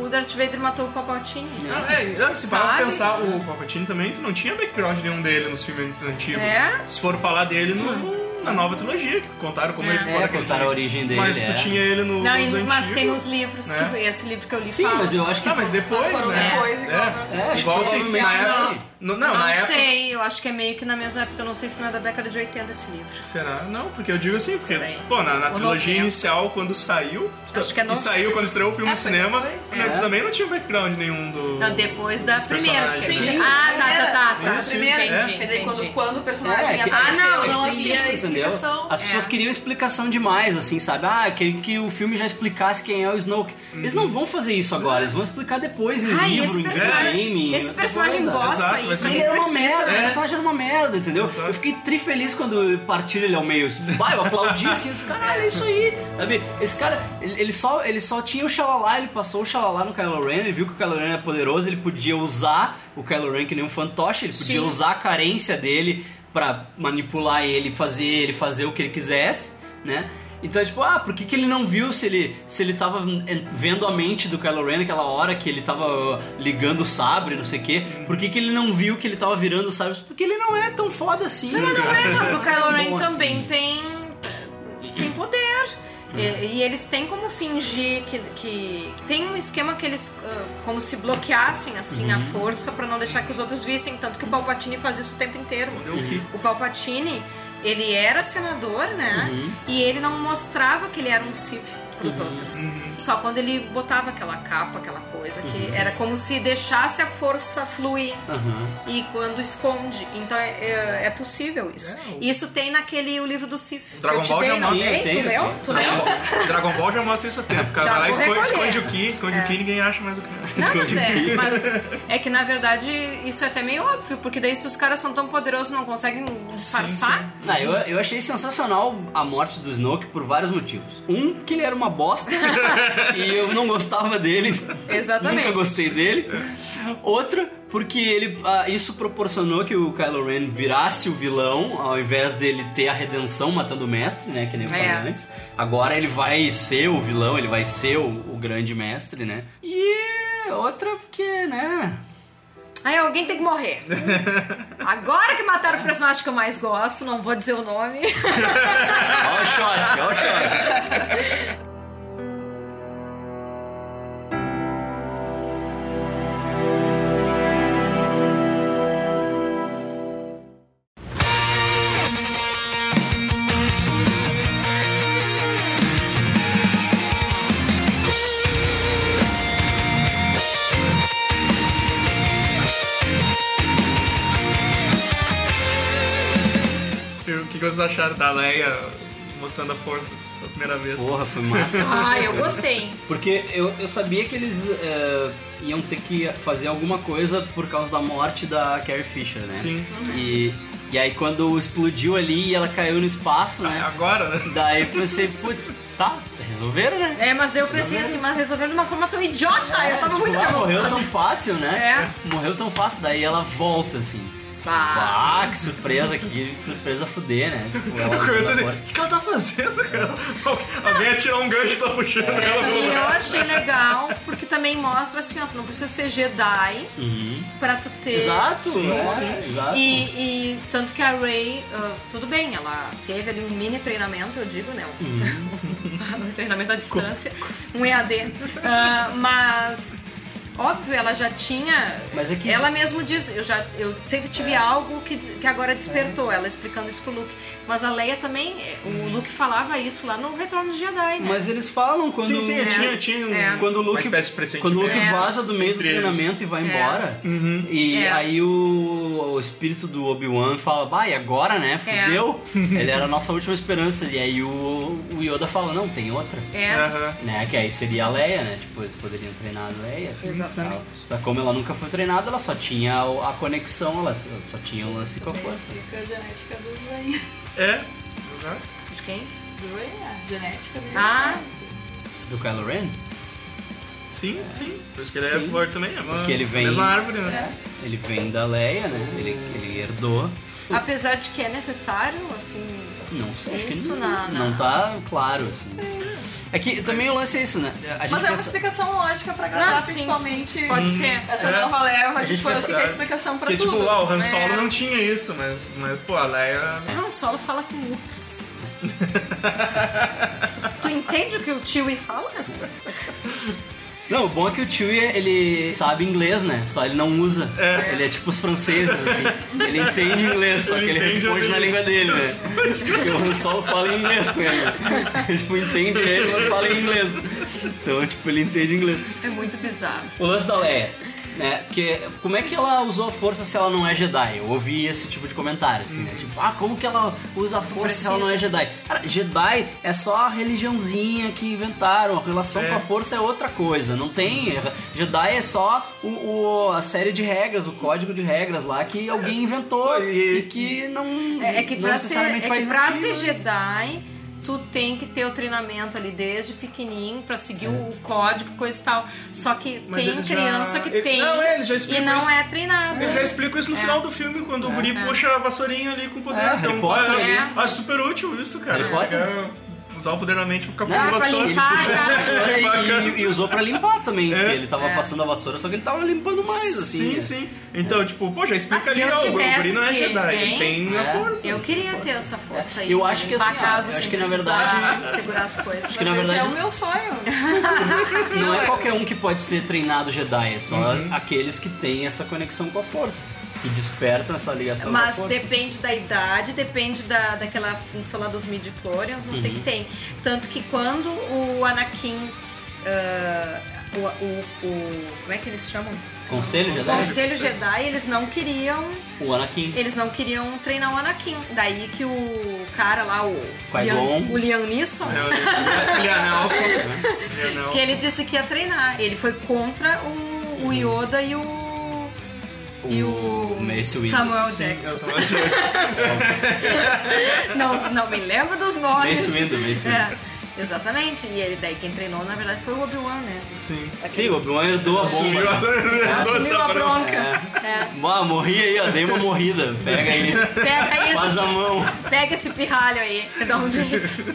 o Darth Vader matou o Palpatine? Não, é, não, se parar Sabe? pra pensar, o Palpatine também, tu não tinha background nenhum dele nos filmes antigos. É. Se for falar dele no- na nova trilogia, que contaram como É. ele foi. É, daquele contaram a jeito. origem dele, Mas tu é. tinha ele no, Não, nos e- mas antigos. tem nos livros, que né? foi- esse livro que eu li Sim, fala. mas eu acho que. Ah, mas depois, Mas foram né? depois, igual É, É, acho que igual assim, provavelmente na não. época... no- não, Não, na época... sei, Ah, eu acho que é meio que na mesma época, eu não sei se não é da década de 80 esse livro. Será? Não, porque eu digo assim, porque, Também. pô, na, na Ou trilogia 90. inicial, quando saiu, tu- Acho que é e 90. saiu quando estreou o filme É, no foi cinema, depois. né, tu também não tinha background nenhum do... Não, depois da dos primeira. tu personagens. quer dizer. Sim. Ah, tá, tá, tá. tá. A Isso, primeira, isso, Entendi, quer dizer, quando, entendi. quando o personagem É, que- apareceu, Ah, não, ele não É. tinha assiste, entendeu? explicação. As pessoas queriam explicação demais, assim, sabe? Ah, queria que o filme já explicasse quem é o Snoke. Eles Uhum. não vão fazer isso agora, eles vão explicar depois em Ai, livro, esse em personagem, game. em esse outra personagem coisa. bosta Exato, aí, vai ser pra Ele mim era uma precisa. né? merda, o É. personagem era uma merda, entendeu? Exato. Eu fiquei tri feliz quando partiram ele ao meio. Vai, eu aplaudi assim, esse caralho, é isso aí. Sabe? Esse cara, ele, ele só, ele só tinha o xalalá, ele passou o xalalá no Kylo Ren, ele viu que o Kylo Ren era poderoso, ele podia usar o Kylo Ren que nem um fantoche, ele podia Sim. usar a carência dele pra manipular ele, fazer ele fazer o que ele quisesse, né? Então, tipo, ah, por que, que ele não viu se ele, se ele tava en- vendo a mente do Kylo Ren naquela hora que ele tava ó, ligando o sabre, não sei o quê? Por que, que ele não viu que ele tava virando o sabre? Porque ele não é tão foda assim. Mas não é, mas o Kylo Tão Ren bom também assim. tem, tem poder. E, e eles têm como fingir que, que. Tem um esquema que eles. ah, como se bloqueassem assim a força pra não deixar que os outros vissem. Tanto que o Palpatine faz isso o tempo inteiro. Deu o quê? O Palpatine, ele era senador, né? Uhum. E ele não mostrava que ele era um Sith pros outros. uhum. Só quando ele botava aquela capa, aquela coisa, que era como se deixasse a força fluir. Aham. E quando esconde. Então é, é- é possível isso. Isso tem naquele o livro do Sif. Dragon que eu te Ball dei, já não mostra. dei? Tem, Tu tem. leu? Tu leu? Dragon Ball já mostra isso há tempo, cara. Já Vai lá, esconde, vou recolher. É. esconde o Ki, esconde o Ki, ninguém acha mais o Ki. Não, mas é, mas é que na verdade isso é até meio óbvio, porque daí se os caras são tão poderosos não conseguem disfarçar. Ah, eu, eu achei sensacional a morte do Snoke por vários motivos. Um, que ele era uma bosta e eu não gostava dele. Exatamente. Nunca gostei dele. Outra, porque ele ah, isso proporcionou que o Kylo Ren virasse o vilão, ao invés dele ter a redenção matando o mestre, né? Que nem eu falei É. antes. Agora ele vai ser o vilão, ele vai ser o, o grande mestre, né? E outra, porque, né? Aí alguém tem que morrer. Agora que mataram o personagem que eu mais gosto, não vou dizer o nome. Ó o shot, ó o shot. O que que vocês acharam da Leia mostrando a força pela primeira vez? Porra, foi massa. Ah, eu gostei. Porque eu, eu sabia que eles eh, iam ter que fazer alguma coisa por causa da morte da Carrie Fisher, né? Sim. Uhum. E, e aí quando explodiu ali e ela caiu no espaço, né? Ah, é Agora, né? Daí eu pensei, putz, tá, resolveram, né? É, mas daí eu pensei assim, mas resolvendo de uma forma tão idiota, eu tava tipo, muito É. ah, morreu revoltada. tão fácil, né? Morreu tão fácil, daí ela volta assim. Bah. Ah, que surpresa aqui, que surpresa fuder, né? Tipo, ela Eu comecei ela- assim, o que ela tá fazendo, cara? Alguém atirou um gancho e tá puxando ela pro E eu lugar. achei legal, porque também mostra assim, ó, tu não precisa ser Jedi pra tu ter. Exato, força. né? Exato. E, e tanto que a Ray, ah, tudo bem, ela teve ali um mini treinamento, eu digo, né? Um, Uhum. um treinamento à distância, um EAD. Ah, mas, óbvio, ela já tinha. Mas é que- É. Ela mesmo diz, eu, já, eu sempre tive algo que, que agora despertou, ela explicando isso pro Luke. Mas a Leia também, eh, o Luke falava isso lá no Retorno do Jedi, né? Uhum. Mas eles falam quando. é, Sim, sim, eu tinha, tinha um- É. Quando o uma Luke, espécie de pressentimento. quando o Luke É. vaza do meio do Entre eles. Uhum. treinamento e vai embora, e É. aí o, o espírito do Obi-Wan fala, bah, e agora, É. né? Fudeu. Ele era a nossa última esperança. E aí o, o Yoda fala, não, tem outra. É. Aham. Né? Que aí seria a Leia, né? Tipo, eles poderiam treinar a Leia. assim, Exatamente. tal. Só que como ela nunca foi treinada, ela só tinha a a conexão, ela só tinha o lance com a força. Explica a genética do Ray. É. Exato. De quem? Do Ray, a é, genética do Ray. Ah. Do Kylo Ren? Sim, sim. Por isso que ele Sim. é flor também. É uma, Porque ele vem- mesma árvore, É. né? Ele vem da Leia, né? Ele, ele herdou. Apesar de que é necessário, assim. Não sei, acho que Isso ele na- na- não tá claro, assim. É que também o lance é isso, né? A gente Mas é uma pensa- explicação lógica pra agradar, Ah, sim, principalmente. sim. Pode ser. Essa É. nova A leva, a gente gente foi pensa- assim que é a explicação pra Porque, tudo. tipo, ah, o Han né? Solo não tinha isso, mas, mas pô, a Leia... Han Solo fala com Lux. tu, tu entende o que o Chewie fala? Não, o bom é que o Chewie, ele sabe inglês, né? Só ele não usa. Ele é tipo os franceses, assim. Ele entende inglês, só Ele que ele entende responde as na língua dele, né? Porque o Han Solo fala em inglês com ele. Ele, tipo, entende ele, mas fala em inglês. Então, tipo, ele entende inglês. É muito bizarro. O lance da Leia, né? Porque como é que ela usou a força se ela não é Jedi? Eu ouvi esse tipo de comentário, assim, né? Tipo, ah, como que ela usa a força se ela não é Jedi? Cara, Jedi é só a religiãozinha que inventaram, a relação É. com a força é outra coisa, não tem. Jedi é só o, o- a série de regras, o código de regras lá que alguém inventou É. e, que não. É, é que não pra, ser, é necessariamente que faz pra existir, ser Jedi, tu tem que ter o treinamento ali desde pequenininho pra seguir o código, coisa e tal. Só que É. Mas tem eles já- criança que ele- tem não, ele já e explica não isso. é treinada. Eu já explico isso no final do filme, quando o guri puxa a vassourinha ali com o poder. É, Harry Potter, acho, né? acho super útil isso, cara. Harry Potter? Pegar- Usar o poder na mente pra ficar Ah, com a pra vassoura. Ele puxou a Para. vassoura É Bacana. É. e, e usou pra limpar também, porque ele É. tava passando a vassoura, só que ele tava limpando mais, assim. Sim, né? sim. Então, tipo, pô, já explica Assim, ali, ó, eu o tivesse guri não é esse Jedi, bem, ele tem a é. força. Eu queria ter essa força aí. Eu de acho que limpar assim, a ó, casa eu acho sem que na precisar verdade- segurar as coisas. Acho que na Mas esse verdade é o meu sonho. não é qualquer um que pode ser treinado Jedi, é só aqueles que têm essa conexão com a força. Que despertam essa ligação com a Mas força. depende da idade, depende da, daquela função lá dos midi-chlorians, não sei Uhum. o que tem. Tanto que quando o Anakin... ah, o, o- o- Como é que eles chamam? Conselho Jedi? Conselho Jedi, eles não queriam... O Anakin. Eles não queriam treinar o Anakin. Daí que o cara lá, o... Qui-Gon. Liam- O Liam Neeson... Ele é Nelson. Ele é Nelson. Que ele disse que ia treinar. Ele foi contra o, Uhum. o Yoda e o... E o... Mace Windu. é Samuel Sim, Jackson. eu sou anti- Não, não me lembro dos nomes. Mace Windu, Mace Windu. É, exatamente. E ele, daí quem treinou, na verdade, foi o Obi-Wan, né? Sim. Sim, o Obi-Wan herdou a Sumiu bomba. né? a- Assumiu Nossa, a pra- bronca. É. Ah, morri aí, ó, dei uma morrida. Pega aí, Pega faz a isso, mão. pega esse pirralho aí, dá um jeito.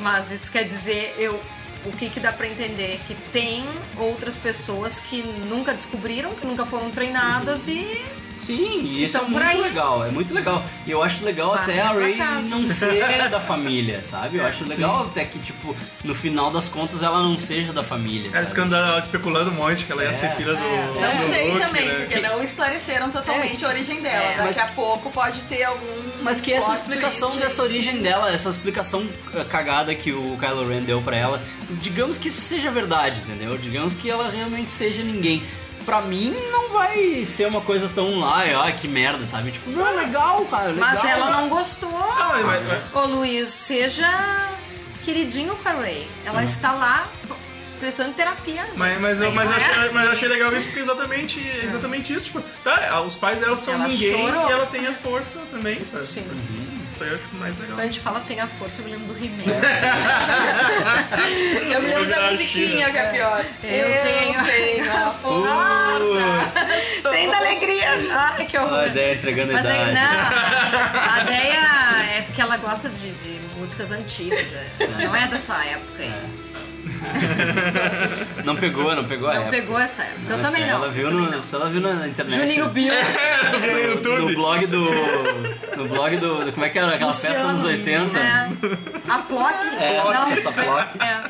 Mas isso quer dizer, eu, o que que dá pra entender? Que tem outras pessoas que nunca descobriram, que nunca foram treinadas e... Sim, e isso Então, é por muito aí. legal, é muito legal. E eu acho legal Vai até a pra Ray casa. não ser da família, sabe? Eu acho legal até que, tipo, no final das contas ela não seja da família. Cara, isso que sabe? andava especulando um monte que ela ia ser É. filha do. É, Não do sei Luke, também, né? porque não esclareceram totalmente a origem dela. É, Daqui mas- a pouco pode ter algum. Mas que essa plot explicação twist aí. dessa origem dela, essa explicação eh, cagada que o Kylo Ren deu pra ela, digamos que isso seja verdade, entendeu? Digamos que ela realmente seja ninguém. Pra mim, não vai ser uma coisa tão lá, ai, ai, que merda, sabe? Tipo, não, legal, cara, Uhum. legal. Mas ela não gostou. Não, Ah, mas- mas- Ô Luiz, seja queridinho com a Ray. Ela Uhum. está lá precisando de terapia. Mas, mas, eu, mas, eu achei, mas eu achei legal isso porque é exatamente, É. exatamente isso. Tipo, tá, os pais dela são Ela ninguém chorou. e ela tem a força também, sabe? Tipo, Uhum. Sim. Isso aí eu acho mais legal. Quando a gente fala tem a força, eu me lembro do He-Man. Eu me lembro virar da a musiquinha China. que é pior. Eu tenho. a força. Trem da alegria! Ai, que horror! A ideia entregando a Mas aí, idade. não, a ideia é porque ela gosta de, de músicas antigas, é. Ela não é dessa época aí. Não pegou, não pegou a Não época. pegou essa época. eu Não, também se não. Ela viu né? eu no, também não. Se ela viu na internet. né? Juninho Bill. Eu vi no No, YouTube. blog do. No blog do. Como é que era? Aquela festa Luciano, nos 80? É. A Plock. É, não. festa Plock. É.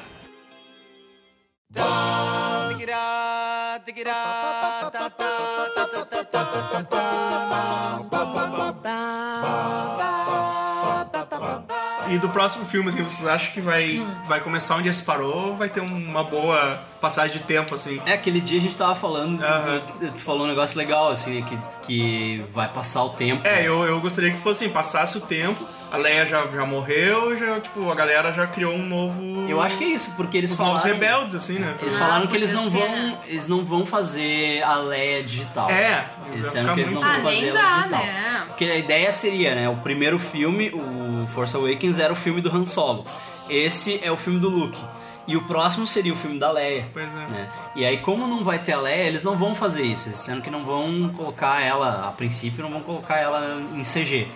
E do próximo filme, assim, vocês acham que vai, Hum. vai começar onde esse parou ou vai ter uma boa passagem de tempo, assim? É, aquele dia a gente tava falando, tu- Aham. tu, tu falou um negócio legal, assim, que, que vai passar o tempo. É, eu, eu gostaria que fosse assim, passasse o tempo, a Leia já, já morreu, já, tipo, a galera já criou um novo. Eu acho que é isso, porque eles Os falaram. novos rebeldes, assim, né? Eles Ah, falaram que eles podia não ser, vão. né? Eles não vão fazer a Leia digital. É, vai Eles disseram ficar que eles não muito- vão Ah, nem fazer dá, ela digital. né? Porque a ideia seria, né? O primeiro filme, o Force Awakens, era o filme do Han Solo. Esse é o filme do Luke. E o próximo seria o filme da Leia. Pois é. né? E aí, como não vai ter a Leia, eles não vão fazer isso. Eles disseram que não vão colocar ela, a princípio, não vão colocar ela em CG.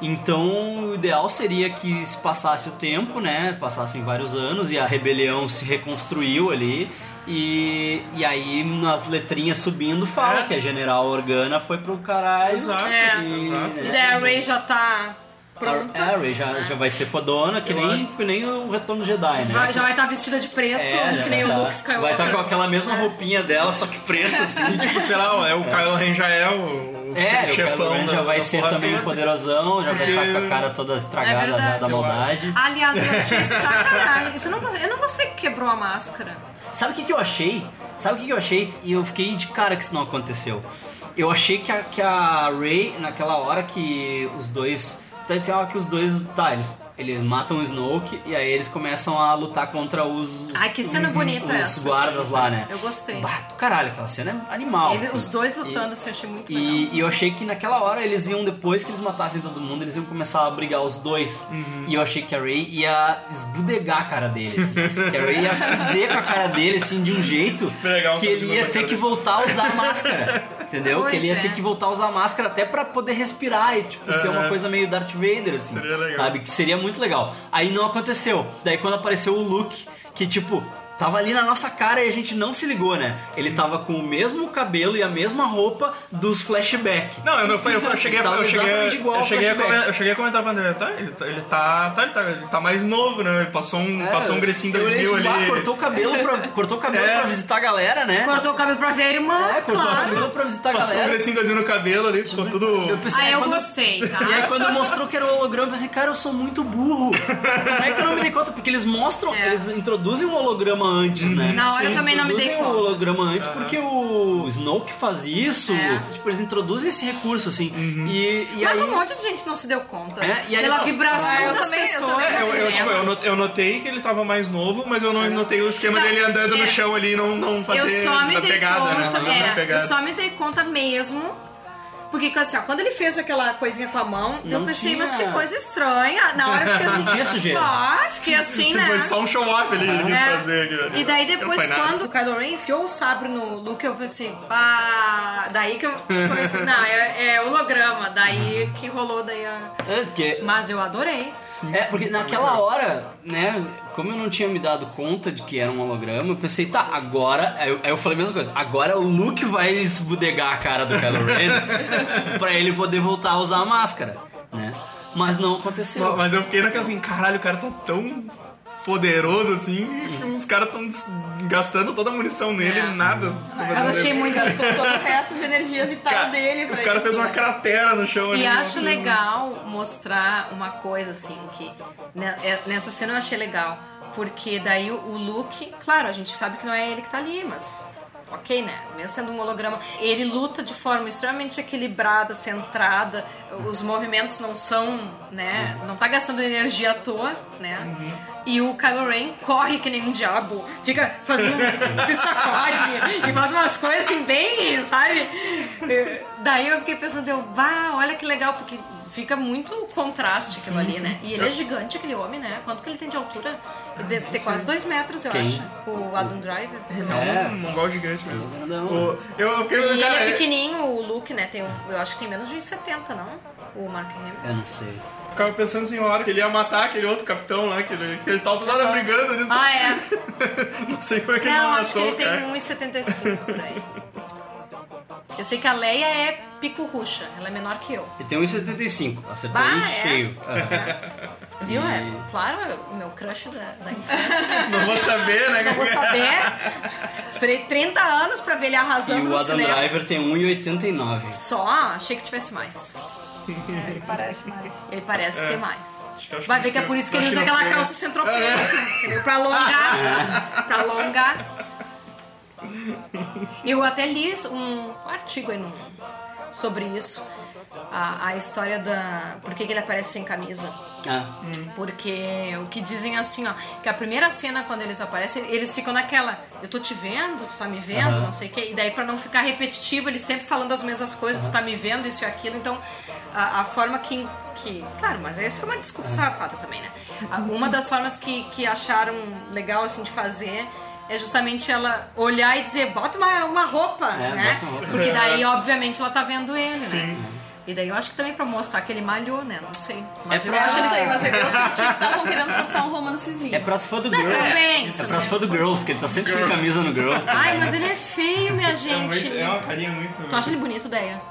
Então, o ideal seria que se passasse o tempo, né? Passassem vários anos e a rebelião se reconstruiu ali. E, e aí, nas letrinhas subindo, fala É. que a General Organa foi pro caralho. Exato, É. exato. É. E daí a Ray já tá pronta. A Ray já, já vai ser fodona, que Eu nem, acho. que nem o Retorno Jedi, né? Vai- já vai estar vestida de preto, É, já que nem vai o tá- Luke Skywalker. É. Vai estar com aquela mesma roupinha dela, só que preta, assim. Tipo, sei lá, é o Kylo Ren já é o, o É, o chefão. Kylo Ren da- já vai da ser porra também toda. poderosão, já vai É. estar com a cara toda É estragada verdade. já da maldade. Aliás, eu achei sacanagem. Isso eu, não, eu não gostei que quebrou a máscara. Sabe o que, que eu achei? Sabe o que, que eu achei? E eu fiquei de cara que isso não aconteceu. Eu achei que a, que a Ray, naquela hora que os dois. Tá, tem hora que os dois. Tá, eles, eles matam o Snoke e aí eles começam a lutar contra os. os- Ai, que cena bonita os essa. guardas lá, né? Eu gostei. Bah, do caralho, aquela cena é animal. Ele- assim. os dois lutando, E- assim, eu achei muito legal. E, e eu achei que naquela hora eles iam, depois que eles matassem todo mundo, eles iam começar a brigar os dois. Uhum. E eu achei que a Ray ia esbudegar a cara dele, assim. que a Ray ia fuder com a cara dele, assim, de um jeito Esfregar um que sangue ele na ia cara ter que dele. voltar a usar a máscara. Entendeu? que ele ia Pois é. ter que voltar a usar a máscara até pra poder respirar e, tipo, ser uma Aham. coisa meio Darth Vader, assim. Seria legal. Sabe? Que seria muito legal. Aí não aconteceu. Daí quando apareceu o Luke, que tipo. Tava ali na nossa cara e a gente não se ligou, né? Ele tava com o mesmo cabelo e a mesma roupa dos flashback. Não, eu, não, eu, eu cheguei a Tava eu cheguei, exatamente igual eu ao cheguei, a flashback. comentar, eu cheguei a comentar pra André, tá? Ele, tá- ele tá, tá, ele tá, ele tá mais novo, né? Ele passou um, passou um grecinho É, eu 2000 ia ali. lá, Cortou o cabelo, pra, cortou o cabelo É. pra visitar a galera, né? Cortou o cabelo pra ver a irmã, é, cortou o claro. cabelo pra visitar a Passou um galera. grecinho 2000 no cabelo ali, ficou tudo... pensei, "É Ah, eu quando- gostei, tá? E aí quando mostrou que era o holograma, eu pensei, cara, eu sou muito burro. Como é que eu não me dei conta? Porque eles mostram, É. eles introduzem o holograma antes, né? Na hora eu também não me dei Introduzem conta. o holograma antes porque o Snoke faz isso. É. Tipo, eles introduzem esse recurso, assim. E, e Mas aí... um monte de gente não se deu conta. É, e aí- Pela Nossa, vibração ah, eu das também- eu pessoas. também É, eu, assim, eu, né? tipo, eu not- eu notei que ele tava mais novo, mas É. eu não notei o esquema Não, dele andando é. no chão ali e não, não fazer eu só me da dei pegada, né? conta, Não fazer é, da pegada. eu só me dei conta mesmo. Porque assim, ó, quando ele fez aquela coisinha com a mão, eu Não pensei, tinha. mas que coisa estranha. Na hora eu fiquei assim, Não tinha sujeira. Ah, fiquei assim, Tipo, né? foi só um show-off ele, ele quis É. fazer aqui. velho. E daí Não depois, foi nada. quando o Kylo Ren enfiou o sabre no Luke, eu pensei, pá... Daí que eu comecei, não, é, é holograma. Daí que rolou daí a... É, porque Mas eu adorei. É, porque naquela hora, né, como eu não tinha me dado conta de que era um holograma, eu pensei, tá, agora. Aí eu, aí eu falei a mesma coisa, agora o Luke vai esbudegar a cara do Kylo Ren pra ele poder voltar a usar a máscara, né? Mas não aconteceu. Não, Mas eu fiquei naquela assim, caralho, o cara tá tão poderoso assim, que os caras tão des- gastando toda a munição nele, É. nada. Tá Eu fazendo- achei muito... Gastou todo o resto de energia vital Ca- dele pra O cara isso, fez uma né? cratera no chão ali. E acho Nossa. legal mostrar uma coisa assim que né, é- nessa cena eu achei legal, porque daí o, o Luke, claro, a gente sabe que não é ele que tá ali, mas ok, né? Mesmo sendo um holograma, ele luta de forma extremamente equilibrada, centrada, os movimentos não são, né? Não tá gastando energia à toa, né? E o Kylo Ren corre que nem um diabo, fica fazendo, um se sacode e faz umas coisas assim bem, sabe? Daí eu fiquei pensando, eu, bah, olha que legal, porque Fica muito contraste aquilo ali, né? E ele é gigante, aquele homem, né? Quanto que ele tem de altura? Ele deve ter quase dois metros, eu Quem? acho. O Adam Driver. É um mongol gigante mesmo. Não. O- eu, eu fiquei E ele cara, é pequenininho, o Luke, né? Tem, um- eu acho que tem menos de uns 70, não? O Mark Hamill. Eu não sei. eu ficava pensando assim, uma hora que ele ia matar aquele outro capitão lá, que, ele- que eles estavam toda hora brigando. Eles Ah, é. Não sei como é que ele não Não, matou, acho que ele tem cara. é. 1,75 por aí. Eu sei que a Leia é pico ruxa, ela é menor que eu. Ele tem 1,75. Acertou Bah, em é? cheio. Ah, Viu? É, claro, o meu crush da, da infância. Não vou saber, né? Não vou saber. Esperei 30 anos pra ver ele E arrasando o no Adam cinema. Driver tem 1,89. Só, achei que tivesse mais. Ele parece mais. Ele parece ter mais. que- É. acho Vai que ver que é não por isso que foi. ele Acho usa que não É. foi, aquela né? calça centropédica, entendeu? Pra É. alongar. Pra alongar. Eu até li um artigo aí no, sobre isso. A, a história da. Por que, que ele aparece sem camisa? Ah, assim, Porque o que dizem assim, ó, que a primeira cena quando eles aparecem, eles ficam naquela, eu tô te vendo, tu tá me vendo, não sei o quê. E daí pra não ficar repetitivo, eles sempre falando as mesmas coisas, tu tá me vendo, isso e aquilo. Então, a, a forma que, que. Claro, mas isso é uma desculpa sarrapada também, né? A- Uma das formas que, que acharam legal assim de fazer é justamente ela olhar e dizer, bota uma, uma roupa, né? É, bota uma roupa. Porque daí, obviamente, ela tá vendo ele, né? é." Sim. E daí eu acho que também pra mostrar que ele malhou, né? Não sei. Mas É eu pra- Eu acho não sei, mas eu senti que estavam querendo forçar um romancezinho. é pras fã do Girls. também. É pras fã do Girls, que ele tá sempre sem camisa no Girls. Tá? Ai, mas ele é feio, minha É, muito- gente. né? é uma carinha muito... Tu acha ele bonito, Deia?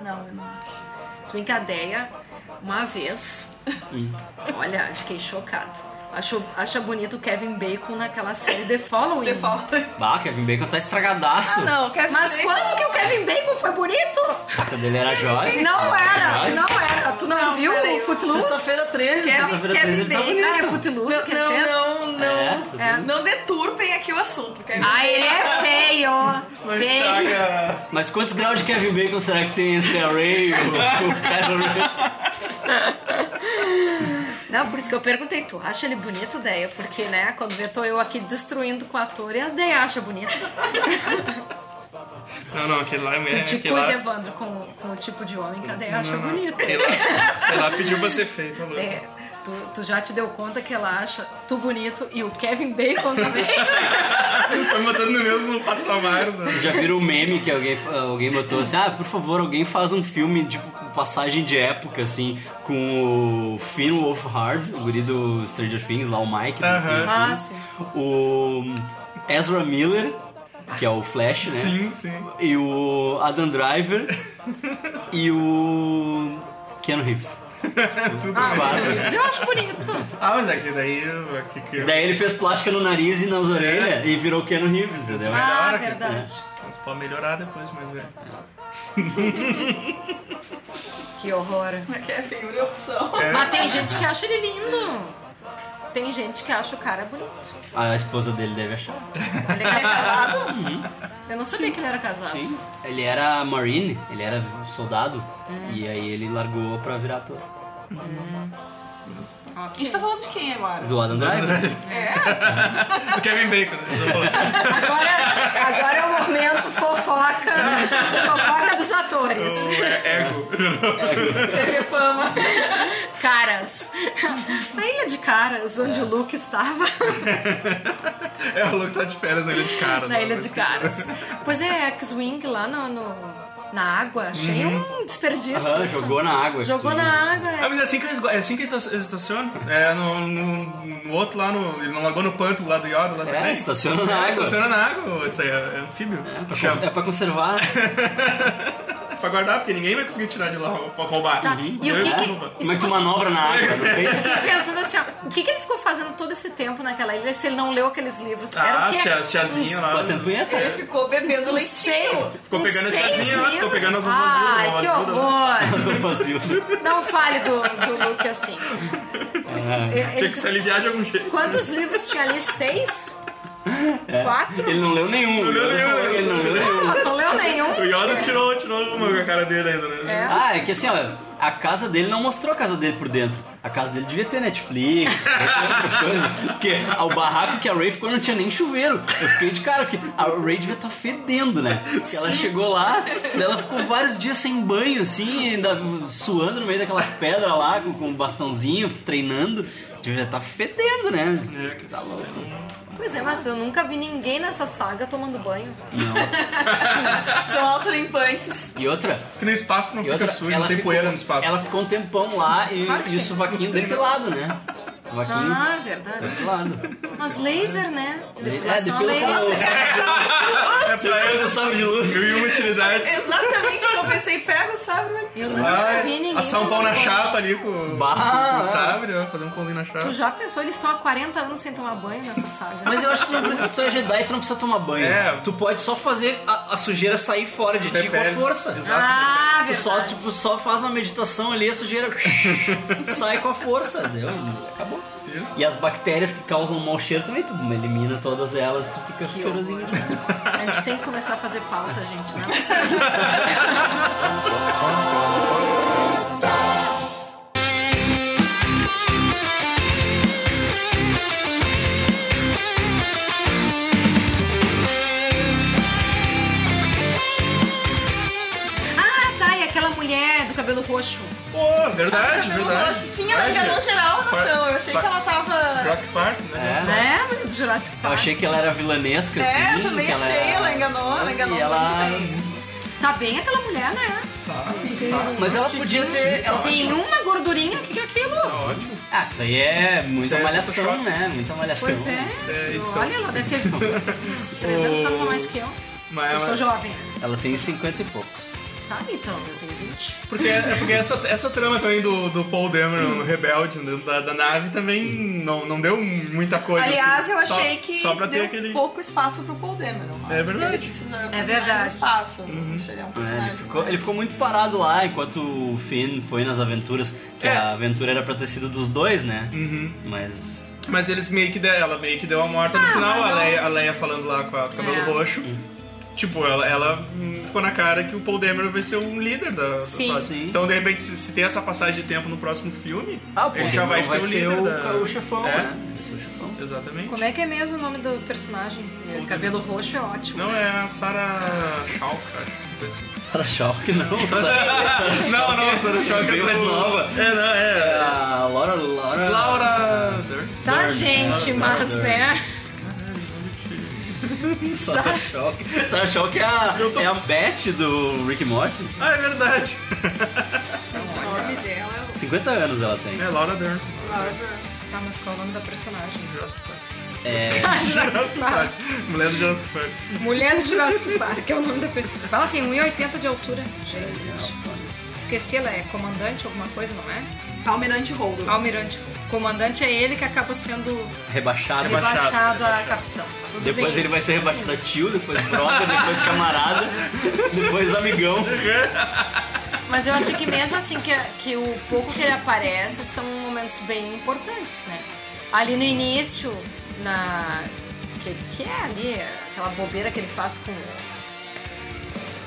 Não, eu não acho. Se bem que a Deia, uma vez, olha, fiquei chocada. Acho, acha bonito o Kevin Bacon naquela série The Following. Eu falo. Bah, Kevin Bacon tá estragadaço. Não, quer Mas ver? quando que o Kevin Bacon foi bonito? Quando ele era jovem. Não era, Jovem. não era. Tu não, viu peraí, o Footloose? Sexta-feira 13, Kevin- sexta-feira 13 ele tá Kevin Ah, é bonito. Footloose Não, que ele fez? não, não, não. É, É. Não deturpem aqui o assunto, quer ver? Ai, ele é feio. Não feio. estraga... Mas quantos graus de Kevin Bacon será que tem entre a Ray e o, o Carol? Não, por isso que eu perguntei, tu acha ele bonito, Deia? Porque, né, quando vê, tô eu aqui destruindo com o ator e a Deia acha bonito. Não, não, aquele lá é... Tu te aquele cuida, lá... Evandro, com, com o tipo de homem que a Deia acha Não, não. bonito. Aquele lá, aquele é lá pediu pra ser feito, tá louco. É, tu, tu já te deu conta que ela acha tu bonito e o Kevin Bacon também. Foi botando no mesmo patamar. né? Já viram o meme que alguém, alguém botou assim: ah, por favor, alguém faz um filme de passagem de época, assim, com o Finn Wolfhard, o guri do Stranger Things, lá o Mike do Aham. Stranger Ah, Things. sim. O Ezra Miller, que é o Flash, né? Sim, sim. E o Adam Driver e o Keanu Reeves. Tudo Os bem. quatro. Mas eu acho bonito. Ah, mas Ah, é que daí... é que- que- Daí ele fez plástica no nariz e nas orelhas e virou Keanu Reeves, entendeu? da Ah, hora que- verdade. Mas pode melhorar depois, mas é. velho. Que horror. Aqui é figura e opção. Mas tem gente que acha ele lindo. Tem gente que acha o cara bonito. A esposa dele deve achar. Ele é casado? Uhum. Eu não sabia que ele era casado. Sim. Ele era marine, ele era soldado, e aí ele largou pra virar ator. A gente tá falando de quem agora? Do Adam Driver. É. O Kevin Bacon, né? Eu tô falando. Agora, agora é o momento fofoca. Fofoca dos atores. É ego. Oh. TV Fama. Caras. Na ilha de Caras, onde o Luke estava. É o louco que tá de férias na ilha de né? cara. Na ilha de Caras. Pois é, X-Wing lá no, no- na água. Achei Uhum. um desperdício. Aham, isso. jogou na água. Jogou assim. na água. Ah, é. mas é assim que eles, go- é assim que eles esta- eles estacionam? É, no, no, no outro lá, no, ele não largou no panto lá do Yoda lá É, também? estaciona na É, água. Estaciona na água, isso aí é, é anfíbio. Pra con- Chama. É pra conservar. pra guardar, porque ninguém vai conseguir tirar de lá pra roubar. Tá, Uhum. e o que Eu- que- rouba. Como é que tu manobra na água? Não tem? Fiquei pensando assim, ó, o que, que ele ficou fazendo todo esse tempo naquela ilha se ele não leu aqueles livros? Era Ah, o quê? Um tia, tiazinha lá. Batendo punheta? Ele ficou bebendo Uns leitinho. seis, Ficou uns pegando a seis tiazinha lá, ficou livros. pegando as vovôzinhas, Um Ai, as que vovôzinhas. horror. Do vazio. Não um fale do, do Luke assim. Ele- Tinha que se aliviar de algum jeito. Quantos livros tinha ali? Seis? Quatro? Ele não leu nenhum. leu Ele nenhum, falou- Ele não leu nenhum. É. Não, não leu nenhum. O Yoda tirou, tirou uma com a cara dele ainda, né? É. Ah, é que assim, ó, a casa dele não mostrou a casa dele por dentro. A casa dele devia ter Netflix, outras coisas. Porque o barraco que a Ray ficou não tinha nem chuveiro. Eu fiquei de cara que a Ray devia estar fedendo, né? Porque ela chegou lá, daí ela ficou vários dias sem banho, assim, ainda suando no meio daquelas pedras lá, com, com um bastãozinho, treinando. Devia estar fedendo, né? Tá louco. Pois é, mas eu nunca vi ninguém nessa saga tomando banho. São autolimpantes. E outra, Porque no espaço não E fica outra, sujo, ela não tem ficou, poeira no espaço. Ela ficou um tempão lá e, Claro que e o tem. sovaquinho depilado, né? Sovaquinho Ah, verdade. depilado. Mas laser, né? É, Depilação a depila com o laser. É pra ela, sabre de luz. mil e uma utilidades. Exatamente o que eu pensei. Pega o sabre, mas... Eu nunca Vai vi ninguém. assar um pau na tomando chapa ali com, Bah! com o sabre, vai fazer um pãozinho na chapa. banho. Tu já pensou, eles estão há 40 anos sem tomar banho nessa saga. Mas eu acho que na história Jedi tu não precisa tomar banho. É. Tu pode só fazer a, a sujeira sair fora de ti com a Repele. força. Exato. ah, Tu verdade. só, tipo, só faz uma meditação ali, a sujeira sai com a força. Deu? Acabou. E as bactérias que causam mau cheiro também, tu elimina todas elas tu fica cheirosinho. A gente tem que começar a fazer pauta, gente, né? Ah, tá, e aquela mulher do cabelo roxo. Pô, Ah, verdade, tá cabelo É verdade. um roxo. Sim, ela Verdade. enganou geral a noção. Eu achei que Vai. ela tava... Jurassic Park, né? É. Né, mulher do Jurassic Eu Park. achei que ela era vilanesca, assim. É, eu também que ela achei. era- Ela enganou, ela enganou E ela- muito bem. Tá bem aquela mulher, né? Mas ela podia ter. Ela Sem podia- uma gordurinha, o que que é aquilo? Ah, isso aí é muita Isso aí é malhação, Photoshop. né? Muita malhação. Pois é. É, edição. Olha, ela deve ter uns 3 anos anos a mais que eu. É. Mas Eu ela- é sou jovem. Ela tem 50 e poucos. Tá, então, eu tenho 20. Porque, é porque essa, essa trama também do, do Paul Dameron, rebelde, dentro da, da nave, também não, não deu muita coisa. Aliás, assim. eu Só- achei que Só pra ter deu aquele. pouco espaço pro Paul Dameron. É Ele verdade. precisa é verdade. mais espaço. Ele é um É, personagem. ele, ficou, ele ficou muito parado lá enquanto o Finn foi nas aventuras. Que É. Uhum. a aventura era pra ter sido dos dois, né? Mas. Mas eles meio que deu, ela meio que deu a morta no final, a Leia, a Leia falando lá com a com o cabelo É. roxo. Uhum. Tipo, ela, ela hum, ficou na cara que o Paul Dameron vai ser um líder da, da Sim. fase. Sim. Então, de repente, se, se tem essa passagem de tempo no próximo filme, Ah, o Paul ele já vai, Dameron ser o líder. da- o chefão, É, né? Vai ser o chefão. Exatamente. Como é que é mesmo o nome do personagem? É, cabelo roxo é ótimo. Não, é a Sarah Shaw, acho. coisa assim. Para choque, não. tá? não, não, Sarah Shaw Bem é mais do- nova. É, não, é. A Laura. Laura. Laura Dern. Tá, Dern, gente, Dern, mas, Dern. né? Sarah Shock. Sarah Shock é a, é a Beth do Rick and Morty. Ah, é verdade. O nome dela é... 50 anos ela tem. É Laura Dern. Tá, mas qual é o nome da personagem? Jurassic Park. É. Jurassic Park. Mulher do Jurassic Park. Mulher do Jurassic Park é o nome da personagem. Ela tem 1,80 de altura. Gente. Esqueci, ela é comandante alguma coisa, não é? Almirante Holdo. Almirante. Comandante é ele que acaba sendo Rebaixada. rebaixado a capitão. Tudo Depois bem. ele vai ser rebaixado a tio, depois brother, depois camarada, depois amigão. Mas eu acho que mesmo assim que, que o pouco que ele aparece são momentos bem importantes, né? Ali no início, na. Que, que é ali, aquela bobeira que ele faz com.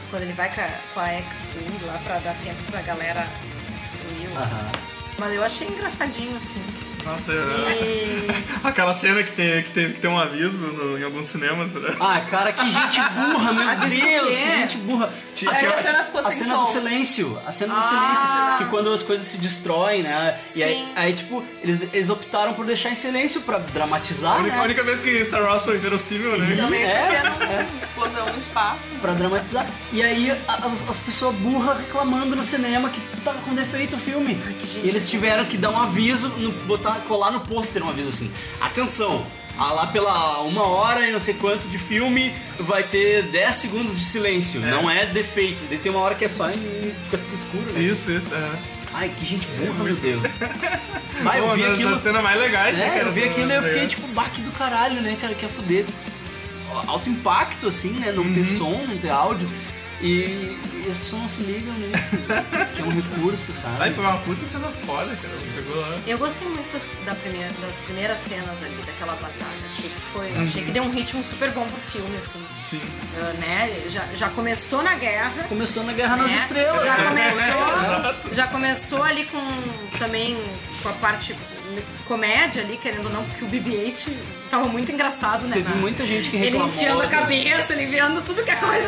Quando ele vai com a, com a X-Wing lá pra dar tempo pra galera destruir os. Aham. Mas eu achei engraçadinho, assim. Nossa, é- E. aquela cena que, tem, que teve que ter um aviso no- em alguns cinemas, né? Ah, cara, que gente burra, meu Aviso o Deus, quê? que gente burra. Ti- Ah, é. Aí ti- a cena ficou a sem cena som. Ah. do silêncio, a cena do silêncio, que quando as coisas se destroem, né? E aí, Sim. aí, tipo, eles, eles optaram por deixar em silêncio pra A dramatizar, única, a né? única vez que Star Wars foi verossímil, né? Também É, porque era uma explosão no espaço. Pra dramatizar. E aí a- as, as pessoas burras reclamando no cinema que tava com defeito o filme. e eles tiveram que dar um aviso, no- botar, colar no pôster um aviso assim. Atenção! ah, Lá pela uma hora e não sei quanto de filme vai ter 10 segundos de silêncio. Não é defeito. Daí tem uma hora que é só e fica tudo escuro, né? Isso, isso, é. Ai, que gente burra, meu Deus. Mas Ah, eu Uma vi das, aquilo. das cenas mais legais, né, É, cara? eu vi Do- aquilo e eu do- fiquei tipo, baque do Uhum. caralho, né, cara? Que é fuder. Alto impacto, assim, né? Não ter som, não ter áudio. E, e as pessoas não se ligam nisso, que é um recurso, sabe? Aí foi uma puta cena foda, cara. Pegou lá. Eu gostei muito das, da primeira- das primeiras cenas ali, daquela batalha. Achei que foi. Achei que deu um ritmo super bom pro filme, assim. Sim. Ah, né? Já, já começou na guerra. Começou na Guerra nas né? Estrelas, Já né? começou, já começou ali com também com a parte comédia ali, querendo ou não, porque o BB-8 tava muito engraçado, né? Teve na- muita gente que Ele reclamou. enfiando a cabeça, ele enfiando tudo que é coisa.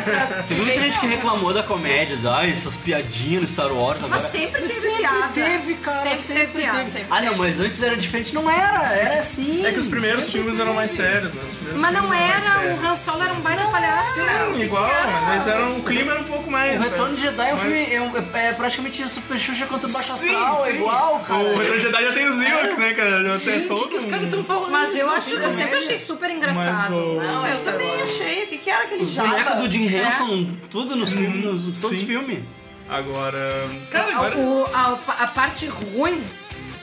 pra- Teve muita gente que né? reclamou da comédia, da, "Ai, essas piadinhas no Star Wars agora. Mas sempre teve sempre piada. teve, cara, Sempre teve sempre piada. teve. Ah, não, mas antes era diferente. Não era, era assim. É que os primeiros sempre filmes teve. eram mais sérios, né? Os primeiros Mas filmes não eram mais era, sérios. o Han Solo era um baita palhaço. Sim, igual, mas eles eram. O clima era um pouco mais. O Retorno sabe? de Jedi é, um Mas- filme, é, um- é praticamente Super Xuxa contra o Baixo Sim, Astral, é sim. igual, cara. É. O Retorno de Jedi já tem os Ewoks, né, cara? Já Sim, tem o que, todo que os um- caras estão falando? Mas eu acho, eu sempre achei super Mas engraçado. né? o- Não, eu também achei. O que, que era aquele Os bonecos um do Jim É. Henson, tudo nos filmes, nos, todos os Uhum. sim. filmes. Agora. Cara, A- agora. o- a, a parte ruim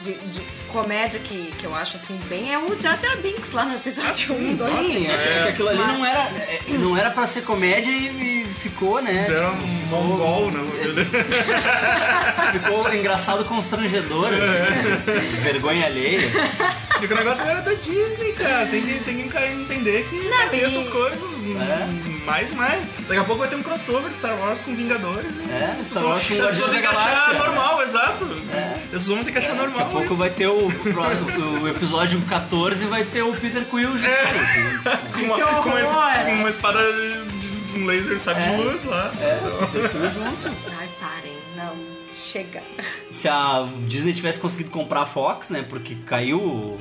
de, de comédia que, que eu acho assim bem é o Jar Jar Binks lá no episódio 1, 2. Sim, é, que aquilo ali não, Mas- era, é, não era pra ser comédia e, e ficou, né? Era um mongol, né? É. Ficou engraçado constrangedor, assim, vergonha alheia. Porque o um negócio era da Disney, cara. Tem que, tem que encar- entender que Não, vai ter e- essas coisas É? hum, mais e mais. Daqui a pouco vai ter um crossover de Star Wars com Vingadores. e É, as Star Wars pessoas- com Guardiões as pessoas da têm que achar Galáxia. né? É. normal, exato. As pessoas vão ter que achar normal. Daqui a pouco isso. vai ter o, pro- o episódio 14 vai ter o Peter Quill junto. É. assim. com uma, Que horror! com uma, es- né? com uma espada de de um laser, sabe, É. de luz lá. Peter Quill junto. Ai, parem, não. Chega. Se a Disney tivesse conseguido comprar a Fox, né? Porque caiu o-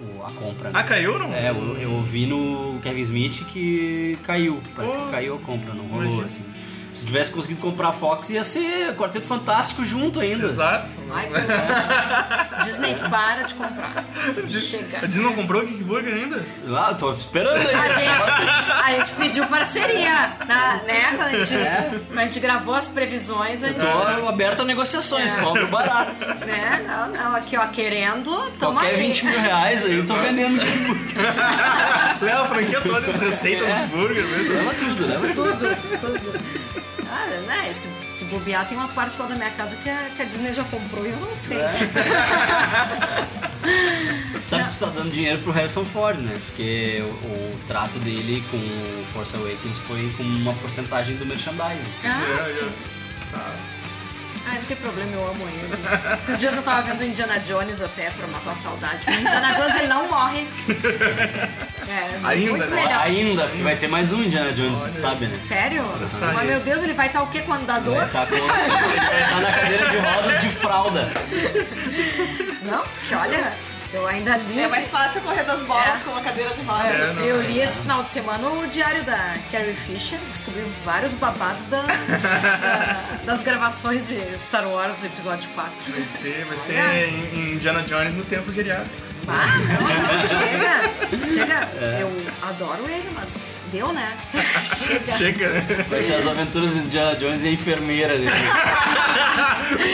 o- a compra. né? Ah, caiu? Não? É, eu, eu ouvi no Kevin Smith que caiu. Parece Pô, que caiu a compra, não rolou imagina. assim. Se tivesse conseguido comprar a Fox, ia ser Quarteto Fantástico junto ainda. Exato. Ai, pelo- Disney, para de comprar. Chega. A Disney não comprou o Kickburger ainda? Lá, Ah, tô esperando aí. A Ah, gente, a gente pediu parceria, na- né? Quando a, gente, quando a gente gravou as previsões, a gente. É. Tô aberto a negociações, cobro barato. Né? Não, não, aqui ó, querendo, toma Qualquer um. aí. 20 mil reais aí, eu tô vendendo. Leva a franquia toda, as receitas É. dos burgers, né? Leva tudo, leva tudo. Tudo, tudo. Ah, né? Se, se bobear, tem uma parte lá da minha casa que a, que a Disney já comprou e eu não É. sei. Sabe que tu tá dando dinheiro pro Harrison Ford, né? Porque o, o trato dele com o Force Awakens foi com uma porcentagem do merchandising. assim. Ah, É, sim. Ah, não tem problema, eu amo ele. Esses dias eu tava vendo o Indiana Jones até pra matar a saudade. porque O Indiana Jones ele não morre. É, Ainda, muito né? melhor. Ainda, porque vai ter mais um Indiana Jones, tu sabe, né? Sério? Essa Mas aí. meu Deus, ele vai estar o quê quando dá dor? Vai Né? tá, com- vai tá na cadeira de rodas de fralda. Não? Que olha, eu ainda li. É esse- mais fácil correr das bolas com uma cadeira de roda. É, não. Eu li esse final de semana o diário da Carrie Fisher, descobriu vários babados da- da- das gravações de Star Wars Episódio 4. Vai ser, vai ser em- em Indiana Jones no tempo geriátrico. Ah, não, não, chega, chega. É. Eu adoro ele, mas deu, né? Chega. Chega, né? Vai ser as aventuras de Indiana Jones e a enfermeira dele.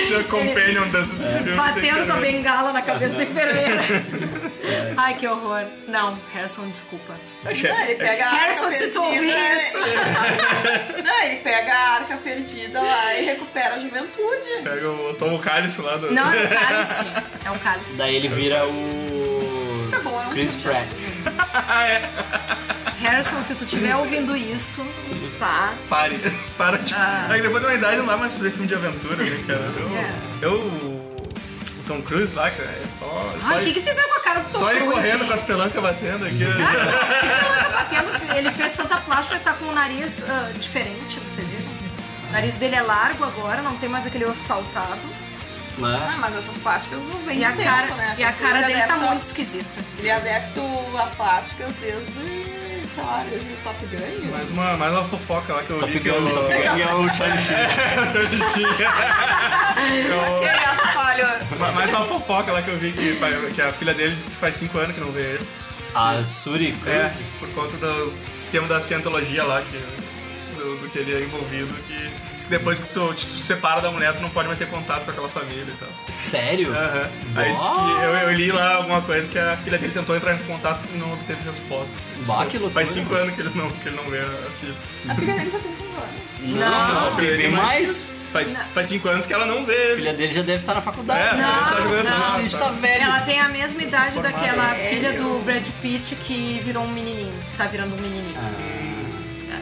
Seu companion desse, desse filme. Batendo com a também. bengala na cabeça da enfermeira. Ai, que horror. Não, Harrison, desculpa. Não, ele pega a né? Harrison, arca se tu perdida. ouvir isso. Não, ele pega a arca perdida lá e recupera a juventude. Pega o, toma o cálice lá do. Não, é um cálice. É um cálice. Daí ele vira o. Tá bom, é um Chris filme Pratt. Harrison, se tu estiver ouvindo isso, tá? Pare. Para de. Ah. É que depois de uma idade não dá mais fazer filme de aventura, né, cara? Eu. eu o Tom Cruise lá, cara, é só. só É. Ai, o ele- que, que fizeram com a cara do Tom Só ele Cruise, Ah. correndo hein? com as pelancas batendo aqui. Batendo, ele fez tanta plástica que tá com o nariz ah, diferente, vocês viram? O nariz dele é largo agora, não tem mais aquele osso saltado. Ah, mas essas plásticas não vêm E a de cara, tempo, né? e a Porque cara ele é dele tá adepto- muito esquisita. Ele é adepto a plásticas desde, sei lá, desde o Top Gun. mais, uma, mais uma fofoca lá que eu Top li que Gun, eu. Top Gun e é o Charlie Sheen. Que atrapalho. Ma- Mais uma fofoca lá que eu vi que, fa- que a filha dele disse que faz 5 anos que não vê ele. A Ah, Suri Cruz. É, por conta dos esquema da cientologia lá que. Do, do que ele é envolvido, que diz que depois que tu te separa da mulher, tu não pode mais ter contato com aquela família e tal. Sério? Aham. Aí diz que eu, eu li lá alguma coisa que a filha dele tentou entrar em contato e não obteve resposta. assim. Bah, que loucura. Faz cinco anos que, eles não, que ele não vê a filha. A filha dele já tem 5 anos. Não, a filha tem dele Ah, bem é mais. Faz, faz cinco anos que ela não vê A ele. filha dele já deve estar na faculdade. É, né? tá jogando não, bola, a gente tá. tá velho. Ela tem a mesma idade Formada. daquela É, filha do Brad Pitt que virou um menininho. Tá virando um menininho. Ah. assim.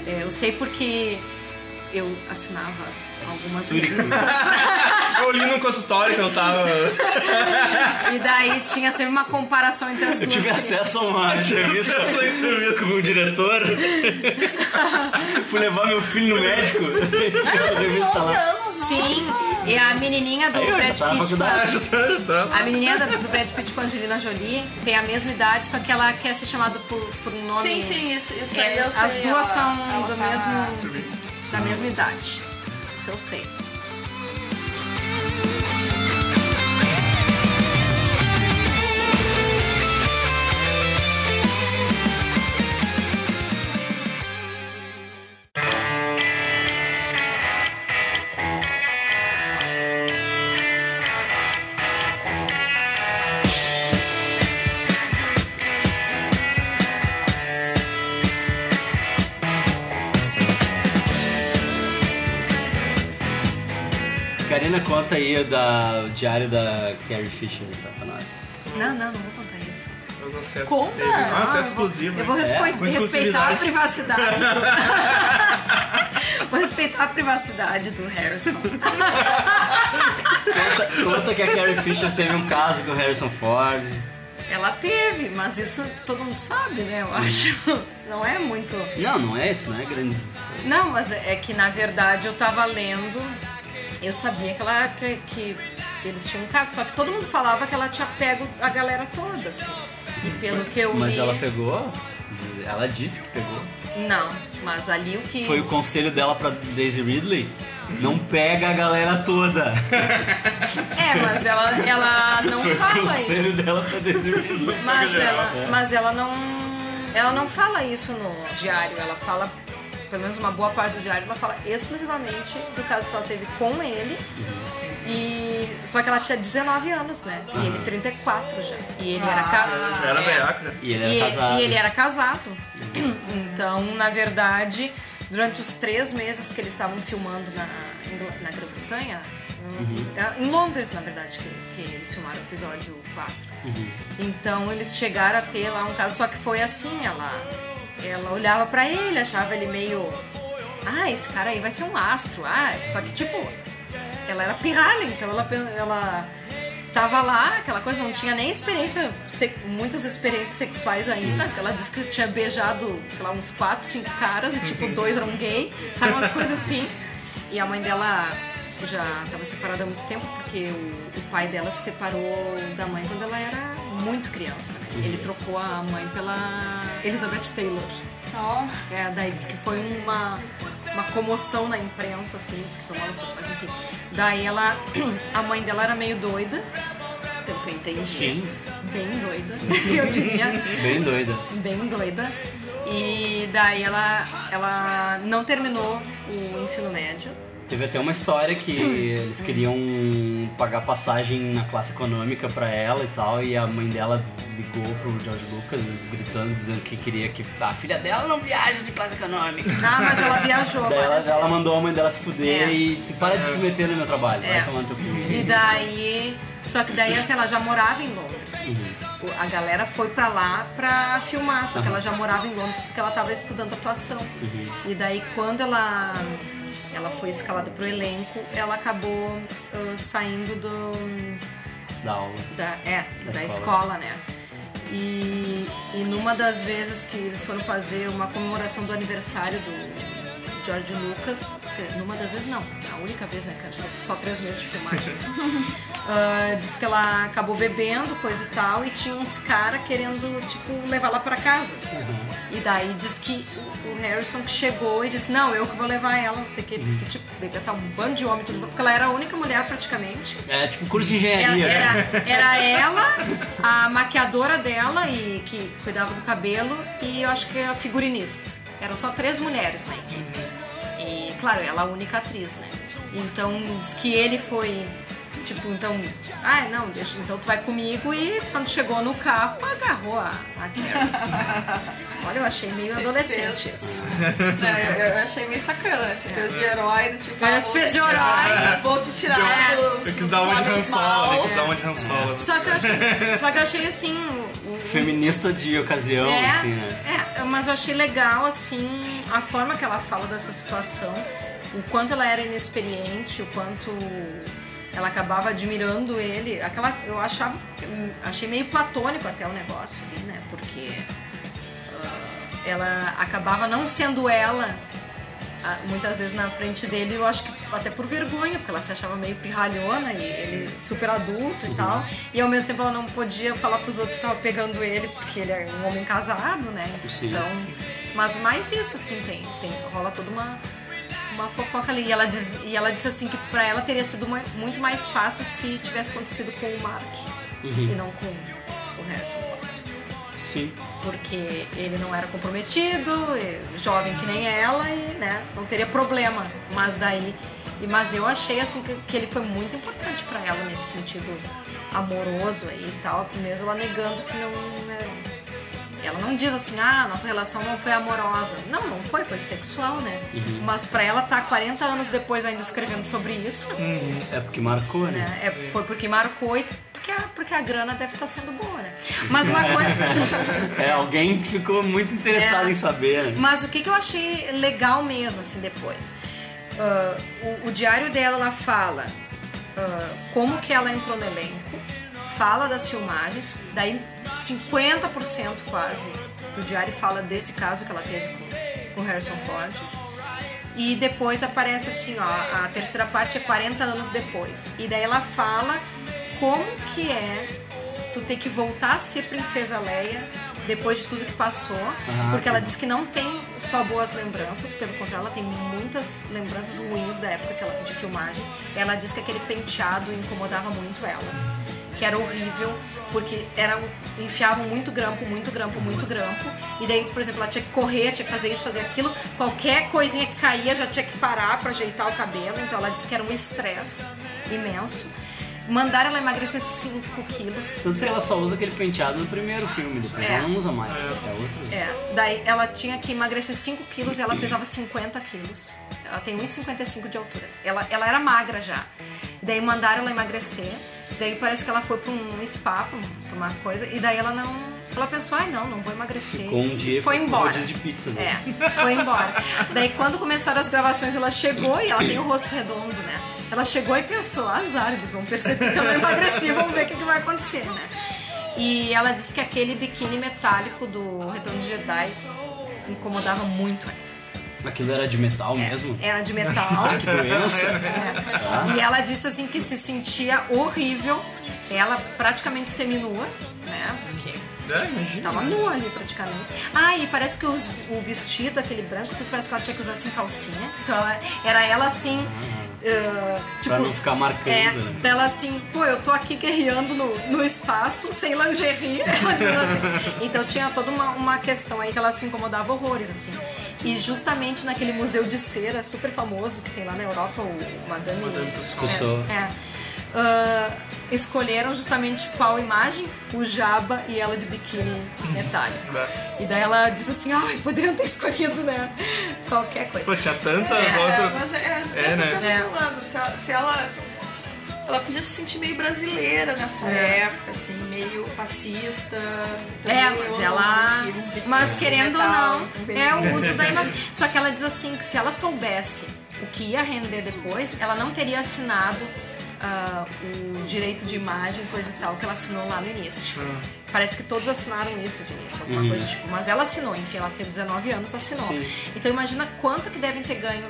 É, eu sei porque eu assinava É algumas revistas. Eu li num consultório que eu tava. e daí tinha sempre uma comparação entre as Eu duas. tive crianças. acesso a uma entrevista Essa entrevista. com o diretor. Fui levar meu filho no médico. Tinha uma Tá entrevista 11 lá. anos, né? Sim, e a menininha do Aí eu Brad já tava na Pitt. com faculdade. Tá ajudando. A menininha da- do Brad Pitt com a Angelina Jolie tem a mesma idade, só que ela quer ser chamada por, por um nome. Sim, sim, isso, isso aí É, eu sei. as duas ela- são ela do tá- mesmo, da mesma idade. Isso eu sei. Karina, conta aí da, o diário da Carrie Fisher tá, pra nós. Não, não, não vou contar isso. Os acessos Conta. que teve. Ah, Ah, eu vou- acesso exclusivo. Eu vou hein? respe- É, com respeitar a exclusividade. privacidade. do- vou respeitar a privacidade do Harrison. Conta, conta que a Carrie Fisher teve um caso com o Harrison Ford. Ela teve, mas isso todo mundo sabe, né? Eu acho. Não é muito. Não, não é isso, não é grandes. Não, mas é que na verdade eu tava lendo, eu sabia que ela que, que eles tinham um caso, só que todo mundo falava que ela tinha pego a galera toda, assim. E pelo que eu Mas li, ela pegou. diz- Ela disse que pegou. Não, mas ali o que Foi o conselho dela pra Daisy Ridley. Não pega a galera toda. É, mas ela ela não Foi o fala conselho isso. dela pra Daisy Ridley. Mas ela, mas ela não ela não fala isso no diário, ela fala pelo menos uma boa parte do diário, ela fala exclusivamente do caso que ela teve com ele. E só que ela tinha 19 anos, né? E ele 34 já. E ele era casado. Era veiaco, né? E ele era E, casado. e ele era casado. Então, na verdade, durante os três meses que eles estavam filmando na, Ingl- na Grã-Bretanha, Uhum. em Londres, na verdade, que, que eles filmaram o episódio 4. Uhum. Então, eles chegaram a ter lá um caso, só que foi assim: ela, ela olhava pra ele, achava ele meio. Ah, esse cara aí vai ser um astro. Ah, só que tipo, ela era pirralha, então ela, pen- ela tava lá, aquela coisa, não tinha nem experiência, se- muitas experiências sexuais ainda. Ela disse que tinha beijado, sei lá, uns 4, 5 caras e tipo, dois eram gay, sabe? Umas coisas assim. E a mãe dela já tava separada há muito tempo, porque o, o pai dela se separou da mãe quando ela era muito criança, né? Ele trocou a mãe pela Elizabeth Taylor. Ó, É, daí disse que foi uma, uma comoção na imprensa, assim, disse que foi uma loucura, mas enfim. Daí ela, a mãe dela era meio doida, pelo que eu entendi. Sim. Bem doida, eu diria Bem doida. bem doida. E daí ela, ela não terminou o ensino médio. Teve até uma história que Hum. eles queriam pagar passagem na classe econômica pra ela e tal, e a mãe dela ligou pro George Lucas gritando, dizendo que queria que a filha dela não viaje de classe econômica. Ah, mas ela viajou. Daí ela, várias ela vezes. mandou a mãe dela se fuder É. e disse, para de se meter no meu trabalho, É. vai tomar no teu cu. E daí. Só que daí, assim, ela já morava em Londres. Uhum. O- A galera foi pra lá pra filmar, só que ela já morava em Londres porque ela tava estudando atuação. Uhum. E daí, quando ela, ela foi escalada pro elenco, ela acabou ah, saindo do, Da aula. da, é, Da da, escola. escola. né? E, e numa das vezes que eles foram fazer uma comemoração do aniversário do George Lucas, quer dizer, numa das vezes não, a única vez, né, cara? Só três meses de filmagem. Ah, diz que ela acabou bebendo, coisa e tal, e tinha uns caras querendo, tipo, levar ela pra casa. E daí diz que o, o Harrison que chegou e disse, não, eu que vou levar ela, não sei o que, porque, tipo, devia estar um bando de homem, tudo, porque ela era a única mulher praticamente. É tipo curso de Era, engenharia. era, era ela, a maquiadora dela e que cuidava do cabelo e eu acho que a figurinista. Eram só três mulheres na equipe. E claro, ela é a única atriz, né? Então, diz que ele foi. Tipo, então, ah, não, deixa, então tu vai comigo e quando chegou no carro, agarrou a, a Carrie. Olha, eu achei meio adolescente fez. isso. Não, né, eu, eu achei meio sacana esse fez É. de herói, do tipo. Parece ah, vou fez te de tirar- herói. Vou te tirar É. dos. Tem que dar dos uma de homens rançola, tem que maus. dar uma de rançola. Só que eu achei, só que eu achei assim. o- o- Feminista de ocasião, é, assim, né? é, mas eu achei legal, assim, a forma que ela fala dessa situação, o quanto ela era inexperiente, o quanto ela acabava admirando ele. Aquela, eu achava, hum, achei meio platônico até o negócio ali, né? Porque ah, ela acabava não sendo ela. ah, Muitas vezes na frente dele, eu acho que até por vergonha, porque ela se achava meio pirralhona e ele super adulto e tal. E ao mesmo tempo ela não podia falar pros outros que estava pegando ele, porque ele é um homem casado, né? Sim. Então, mas mais isso, assim, tem, tem rola toda uma, uma fofoca ali. E ela, diz, e ela disse assim que pra ela teria sido ma- muito mais fácil se tivesse acontecido com o Mark e Uhum. não com o Harrison Ford. Sim. Porque ele não era comprometido, e jovem que nem ela, e né, não teria problema. Mas daí. E, mas eu achei assim que, que ele foi muito importante pra ela nesse sentido amoroso aí e tal, mesmo ela negando que não era. Ela não diz assim, ah, nossa relação não foi amorosa. Não, não foi, foi sexual, né? Mas pra ela tá 40 anos depois ainda escrevendo sobre isso, É porque marcou, né? né? É, foi porque marcou e porque a, porque a grana deve estar sendo boa, né? Mas uma coisa. É, alguém que ficou muito interessado É. em saber. né? Mas o que, que eu achei legal mesmo, assim, depois? Ah, o, o diário dela, ela fala ah, como que ela entrou no elenco, fala das filmagens, daí 50% quase do diário fala desse caso que ela teve com, com o Harrison Ford. E depois aparece assim, ó, a terceira parte é 40 anos depois. E daí ela fala como que é tu ter que voltar a ser princesa Leia depois de tudo que passou, porque ela diz que não tem só boas lembranças, pelo contrário, ela tem muitas lembranças ruins da época que ela- de filmagem. Ela diz que aquele penteado incomodava muito ela que era horrível, porque era enfiavam muito grampo, muito grampo, muito grampo. E daí, por exemplo, ela tinha que correr, tinha que fazer isso, fazer aquilo. Qualquer coisinha que caía já tinha que parar pra ajeitar o cabelo. Então ela disse que era um estresse imenso. Mandaram ela emagrecer 5 quilos. Tanto que ela Então, só usa aquele penteado no primeiro filme, depois É. ela não usa mais. É outro. É, daí ela tinha que emagrecer 5 quilos e ela pesava 50 quilos. Ela tem 1,55 de altura. Ela, ela era magra já. Daí mandaram ela emagrecer. Daí parece que ela foi pra um spa, pra um- pra uma coisa. E daí ela não. Ela pensou, ai não, não vou emagrecer. Ficou um dia foi com embora. rodízio de pizza, né? É, foi embora. Daí quando começaram as gravações, ela chegou e ela tem o rosto redondo, né? Ela chegou e pensou, azar, eles vão perceber que eu não emagreci, vamos ver o que, que vai acontecer, né? E ela disse que aquele biquíni metálico do Retorno de Jedi incomodava muito ela. Aquilo era de metal É. mesmo? Era de metal. Que doença? E ela disse assim que se sentia horrível, ela praticamente seminua, né? Porque É, imagina. Tava nua ali praticamente. Ah, e parece que os- o vestido, aquele branco, tudo parece que ela tinha que usar sem calcinha. Então ela, era ela assim. ah, tipo, pra não ficar marcando, é, né? dela assim, pô, eu tô aqui guerreando no, no espaço, sem lingerie. Ela diz assim. Então tinha toda uma, uma questão aí que ela se incomodava horrores, assim. E justamente naquele museu de cera super famoso que tem lá na Europa, o Madame, Madame Tussauds. É, é. Ah, escolheram justamente qual imagem? O Jaba e ela de biquíni metálico. E daí ela diz assim, ai, poderiam ter escolhido, né? Qualquer coisa. Pô, tinha tantas É, outras. mas é, é, É, é, né? É. se ela, se ela. Ela podia se sentir meio brasileira nessa época, assim, meio passista. É, também mas usa ela. uns vestidos, um biquíni Mas de querendo ou metal, não, um biquíni. é o uso da imagem. Só que ela diz assim que se ela soubesse o que ia render depois, ela não teria assinado ah, o direito de imagem, coisa e tal, que ela assinou lá no início. Ah. Parece que todos assinaram isso de início, alguma coisa do tipo. Mas ela assinou, enfim, ela tinha 19 anos, assinou. Então imagina quanto que devem ter ganho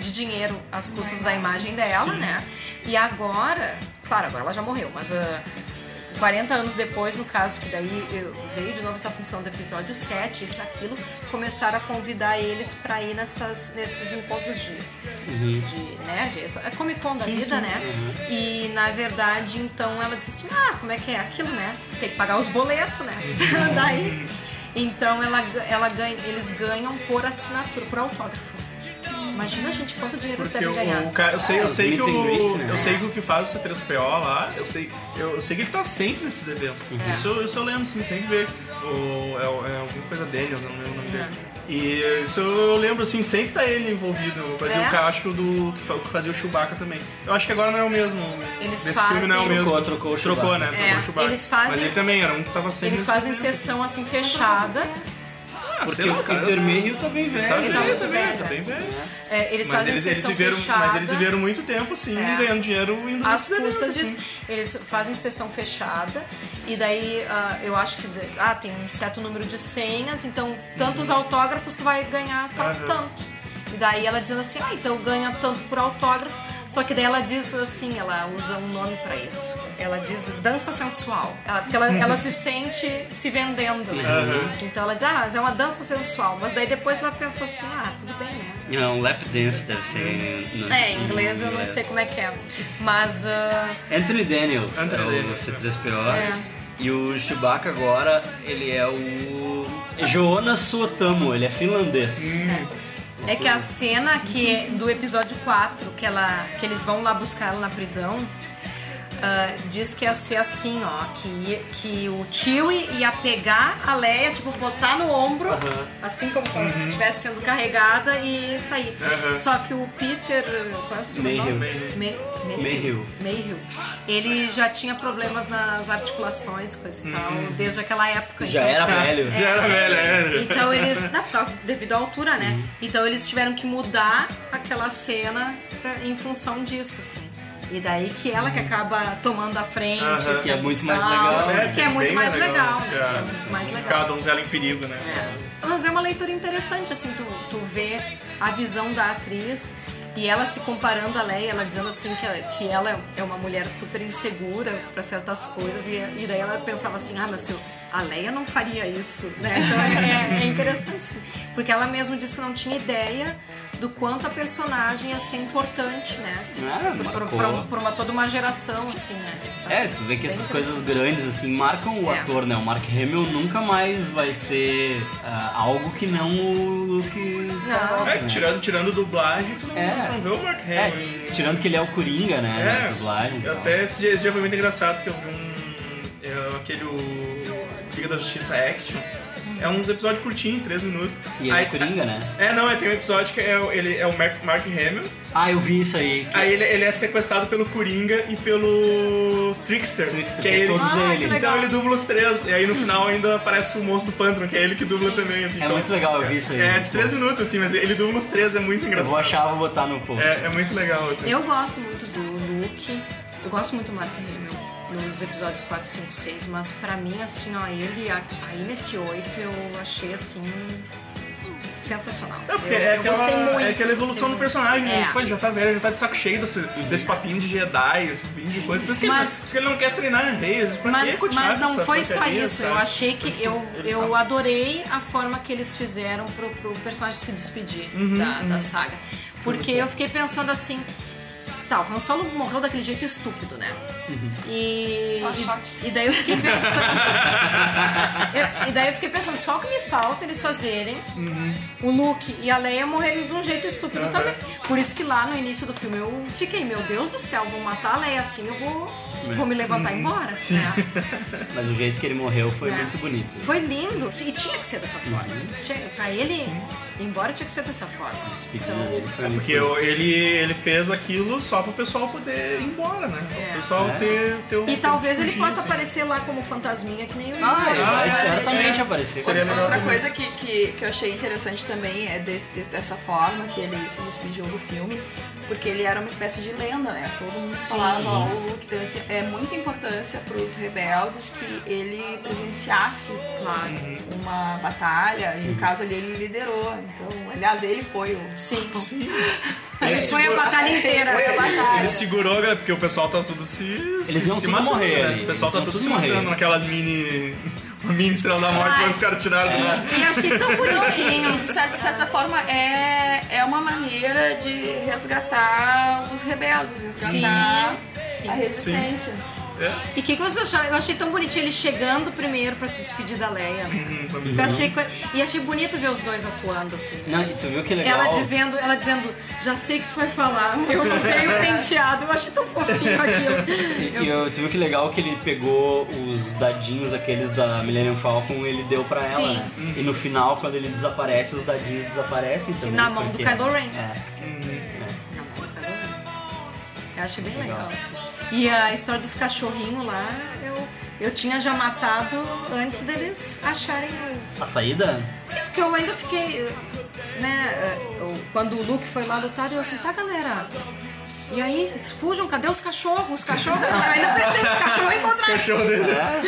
de dinheiro às custas da imagem dela, né? E agora, claro, agora ela já morreu, mas. ah, 40 anos depois, no caso, que daí eu- veio de novo essa função do episódio 7, isso e aquilo, começaram a convidar eles pra ir nessas, nesses encontros de, É. Uhum. de né, de, essa- é Comic Con da vida, né? uhum. E na verdade, então ela disse assim: ah, como é que é aquilo, né? Tem que pagar os boletos, né? Uhum. daí. Então ela, ela ganha, eles ganham por assinatura, por autógrafo. Imagina, gente, quanto dinheiro você Porque deve o, ganhar. o cara, eu sei, eu sei que meet É, and greet, o, né? eu sei que o que faz o C3PO lá, eu sei, eu, eu sei que ele tá sempre nesses eventos. Uhum. Isso eu, isso eu lembro, assim, sempre ver o, é, o- é alguma coisa dele, eu não lembro o nome dele. Uhum. E isso eu lembro, assim, sempre tá ele envolvido. Mas É? o cara, acho que o do que fa- o que fazia o Chewbacca também. Eu acho que agora não é o mesmo. Eles Desse fazem- filme não é o mesmo. Trocou- trocou o Trocou, Chewbacca. né? Trocou o É, Chewbacca. eles fazem- Mas ele também era um que tava sempre. Eles nesse fazem evento. sessão assim fechada. Ah, Porque sei lá, o cara, Intermeio também velho. Tá Ele tá velho, muito tá velho, velho, tá bem velho. É, eles Mas fazem eles, eles sessão viveram, fechada. mas eles viveram muito tempo, assim, É. ganhando dinheiro indo às nesses eventos, custas assim. disso. Eles fazem sessão fechada e daí ah, eu acho que de- ah, tem um certo número de senhas, então tantos autógrafos tu vai ganhar tal Ah, viu? tanto. E daí ela dizendo assim, ah, então ganha tanto por autógrafo. Só que daí ela diz assim, ela usa um nome pra isso. Ela diz dança sensual. Ela, porque ela, ela se sente se vendendo, né? Então ela diz, ah, mas é uma dança sensual. Mas daí depois ela pensou assim, ah, tudo bem, né? Não, lap dance deve ser. né? não- É, em inglês eu não sei como é que é. Mas. ah, Anthony Daniels Anthony é o Daniels, C3PO. É. E o Chewbacca agora, ele é o. Jonas Suotamo, ele é finlandês. É que a cena que é do episódio 4, que, ela, que eles vão lá buscar ela na prisão, ah, diz que ia ser assim, ó, que, que o Chewie ia pegar a Leia, tipo, botar no ombro, assim como se ela estivesse sendo carregada e sair. Só que o Peter, qual é o seu Mayhew. nome? May- Mayhew. Mayhew. Ele já tinha problemas nas articulações, coisa e tal, desde aquela época. Já então- era velho. Já era velho, é. então eles. Não, por causa, devido à altura, né? Uhum. Então eles tiveram que mudar aquela cena pra- em função disso, assim. E daí que ela que acaba tomando a frente, Aham. assim, Que é muito mais salva, legal, né? Que é muito Bem mais legal. que né? a- Que é muito mais Ficar a legal. donzela em perigo, né? Mas é uma leitura interessante, assim, tu, tu vê a visão da atriz e ela se comparando a Leia, ela dizendo assim que ela, que ela é uma mulher super insegura pra certas coisas e, e daí ela pensava assim, ah, mas se eu- a Leia não faria isso, né? Então é, é interessante, sim. Porque ela mesma disse que não tinha ideia do quanto a personagem ia ser importante, né? Ah, Pra, marcou. pra- pra uma, toda uma geração, assim, né? É, tu vê que essas Bem coisas grandes assim marcam o É. ator, né? O Mark Hamill nunca mais vai ser ah, algo que não o Luke Skywalker. É, tirando, tirando dublagem, tu não, É. tu não vê o Mark Hamill. É, tirando que ele é o Coringa, né? É, Nas dublagens. e eu tal. até esse dia, esse dia foi muito engraçado que eu vi um. é, aquele. o Liga da Justiça Action. É uns episódios curtinhos, 3 minutos. E ele é Coringa, né? É, não, é, tem um episódio que é, o- ele, é o Mark, Mark Hamill. Ah, eu vi isso aí. que- Aí ele, ele é sequestrado pelo Coringa e pelo Trickster. Trickster, que é que é ele. todos Ah, ele. que Então ele dubla os três. E aí no final ainda aparece o monstro do pântano, que é ele que dubla também. Assim, É então- muito legal, eu vi isso aí. Tipo, É, de três minutos, assim, mas ele dubla os três, é muito Eu vou engraçado. achar, vou botar no post. É, é muito legal, assim. Eu gosto muito do Luke. Eu gosto muito do Mark Hamill nos episódios 4, 5, 6. Mas pra mim, assim, ó, ele a- aí nesse 8 eu achei, assim, sensacional. É, porque eu, é, eu aquela, gostei muito. é aquela evolução do gostei muito. personagem. É. né? Pô, ele já tá velho, já tá de saco cheio desse, Uhum. desse papinho de Jedi, esse papinho de coisa. Por isso que, ele, tá, Mas- por isso que ele não quer treinar reis. Pra Mas, que continuar mas com não essa foi só porcaria, isso. sabe? Eu achei que eu, eu adorei a forma que eles fizeram pro, pro personagem se despedir Uhum, da, da saga. Porque eu fiquei pensando assim. Tá, o Han Solo morreu daquele jeito estúpido, né? Uhum. E, Ah, choque. e, e daí eu fiquei pensando. Eu- e daí eu fiquei pensando, só o que me falta eles fazerem o Luke e a Leia morrerem de um jeito estúpido também. Por isso que lá no início do filme eu fiquei, meu Deus do céu, vou matar a Leia assim, eu vou, vou me levantar e ir Uhum. embora. né? Mas o jeito que ele morreu foi É. muito bonito. Foi lindo. E tinha que ser dessa forma. Tinha, pra ele, ir embora tinha que ser dessa forma. O despedida dele foi muito É Porque eu- ele, ele fez aquilo só pro pessoal poder ir embora, né? O pessoal É. ter, ter o- E talvez fugir, ele possa assim. aparecer lá como fantasminha que nem o Ah, ele Igor. vai é, certamente aparecer. Seria legal. Outra coisa que, que, que eu achei interessante também é desse- desse- dessa forma que ele se despediu do filme, porque ele era uma espésse de lenda, né? Todo mundo falava, ó, o Luke Dante é muita importância para os rebeldes que ele presenciasse é? Claro. uma batalha, Uhum. e no caso ali ele liderou. Então, aliás, ele foi o. Sim. Isso foi a batalha inteira. Foi a batalha. Ele segurou, né? Porque o pessoal tá tudo se. se- Eles iam se tudo matando, morrer né? ali, O pessoal eles tá iam tudo tudo se morrer. matando naquelas mini. uma mini estrela da morte, Ai. É. lá que os caras tiraram do nada. E eu achei tão E bonitinho. Um de certa, de certa forma é, é uma maneira de resgatar os rebeldes, resgatar a resistência. E o que, que vocês acharam? Eu achei tão bonitinho ele chegando primeiro pra se despedir da Leia. Uhum, Eu achei, co- e achei bonito ver os dois atuando assim. Não, e tu viu que legal? Ela dizendo, ela dizendo, já sei o que tu vai falar, eu não tenho penteado. Eu achei tão fofinho E aquilo. Eu- eu, tu viu que legal que ele pegou os dadinhos aqueles da Millennium Falcon ele deu pra ela, Sim. né? E no final, quando ele desaparece, os dadinhos desaparecem também. na mão do porque- Kylo Ren. É. Não, Eu achei bem legal, assim. E a história dos cachorrinhos lá, eu, eu tinha já matado antes deles acharem o. A saída? Sim, porque eu ainda fiquei. Né, eu- quando o Luke foi lá lutar, eu assim, tá galera. E aí, vocês fujam, cadê os cachorros? Os cachorros. Eu ainda pensei que os cachorros encontraram. Cachorro dele.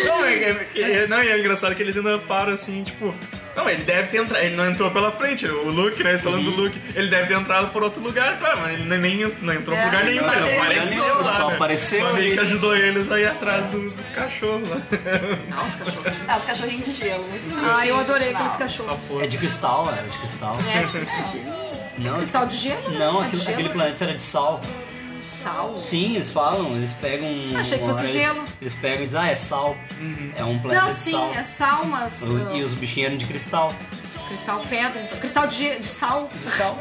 Não, é, é- é- não, e é engraçado que eles ainda param assim, tipo. Não, ele deve ter entrado. Ele não entrou pela frente, o Luke, né? eles Falando do Luke, ele deve ter entrado por outro lugar, claro, mas ele nem, nem- não entrou por lugar nenhum, não, ele não, apareceu não, lá. só né? apareceu Mas meio ali. que ajudou eles aí atrás dos, dos cachorros lá. Ah, os cachorros. Ah, os cachorrinhos de gelo. Muito Ah, eu adorei aqueles aqueles cachorros. É de cristal, era de cristal. É, tipo, esse Não, cristal de gelo? né? não É de aquele, gelo, aquele planeta era de sal. mas Sal. Sim, eles falam, eles pegam. Ah, Achei que uma fosse hora gelo. Eles, eles pegam e dizem, ah, é sal. É um planeta Não, de sim, sal. é sal, mas. O- E os bichinhos eram de cristal. Cristal pedra, então. Cristal de, de sal. De sal.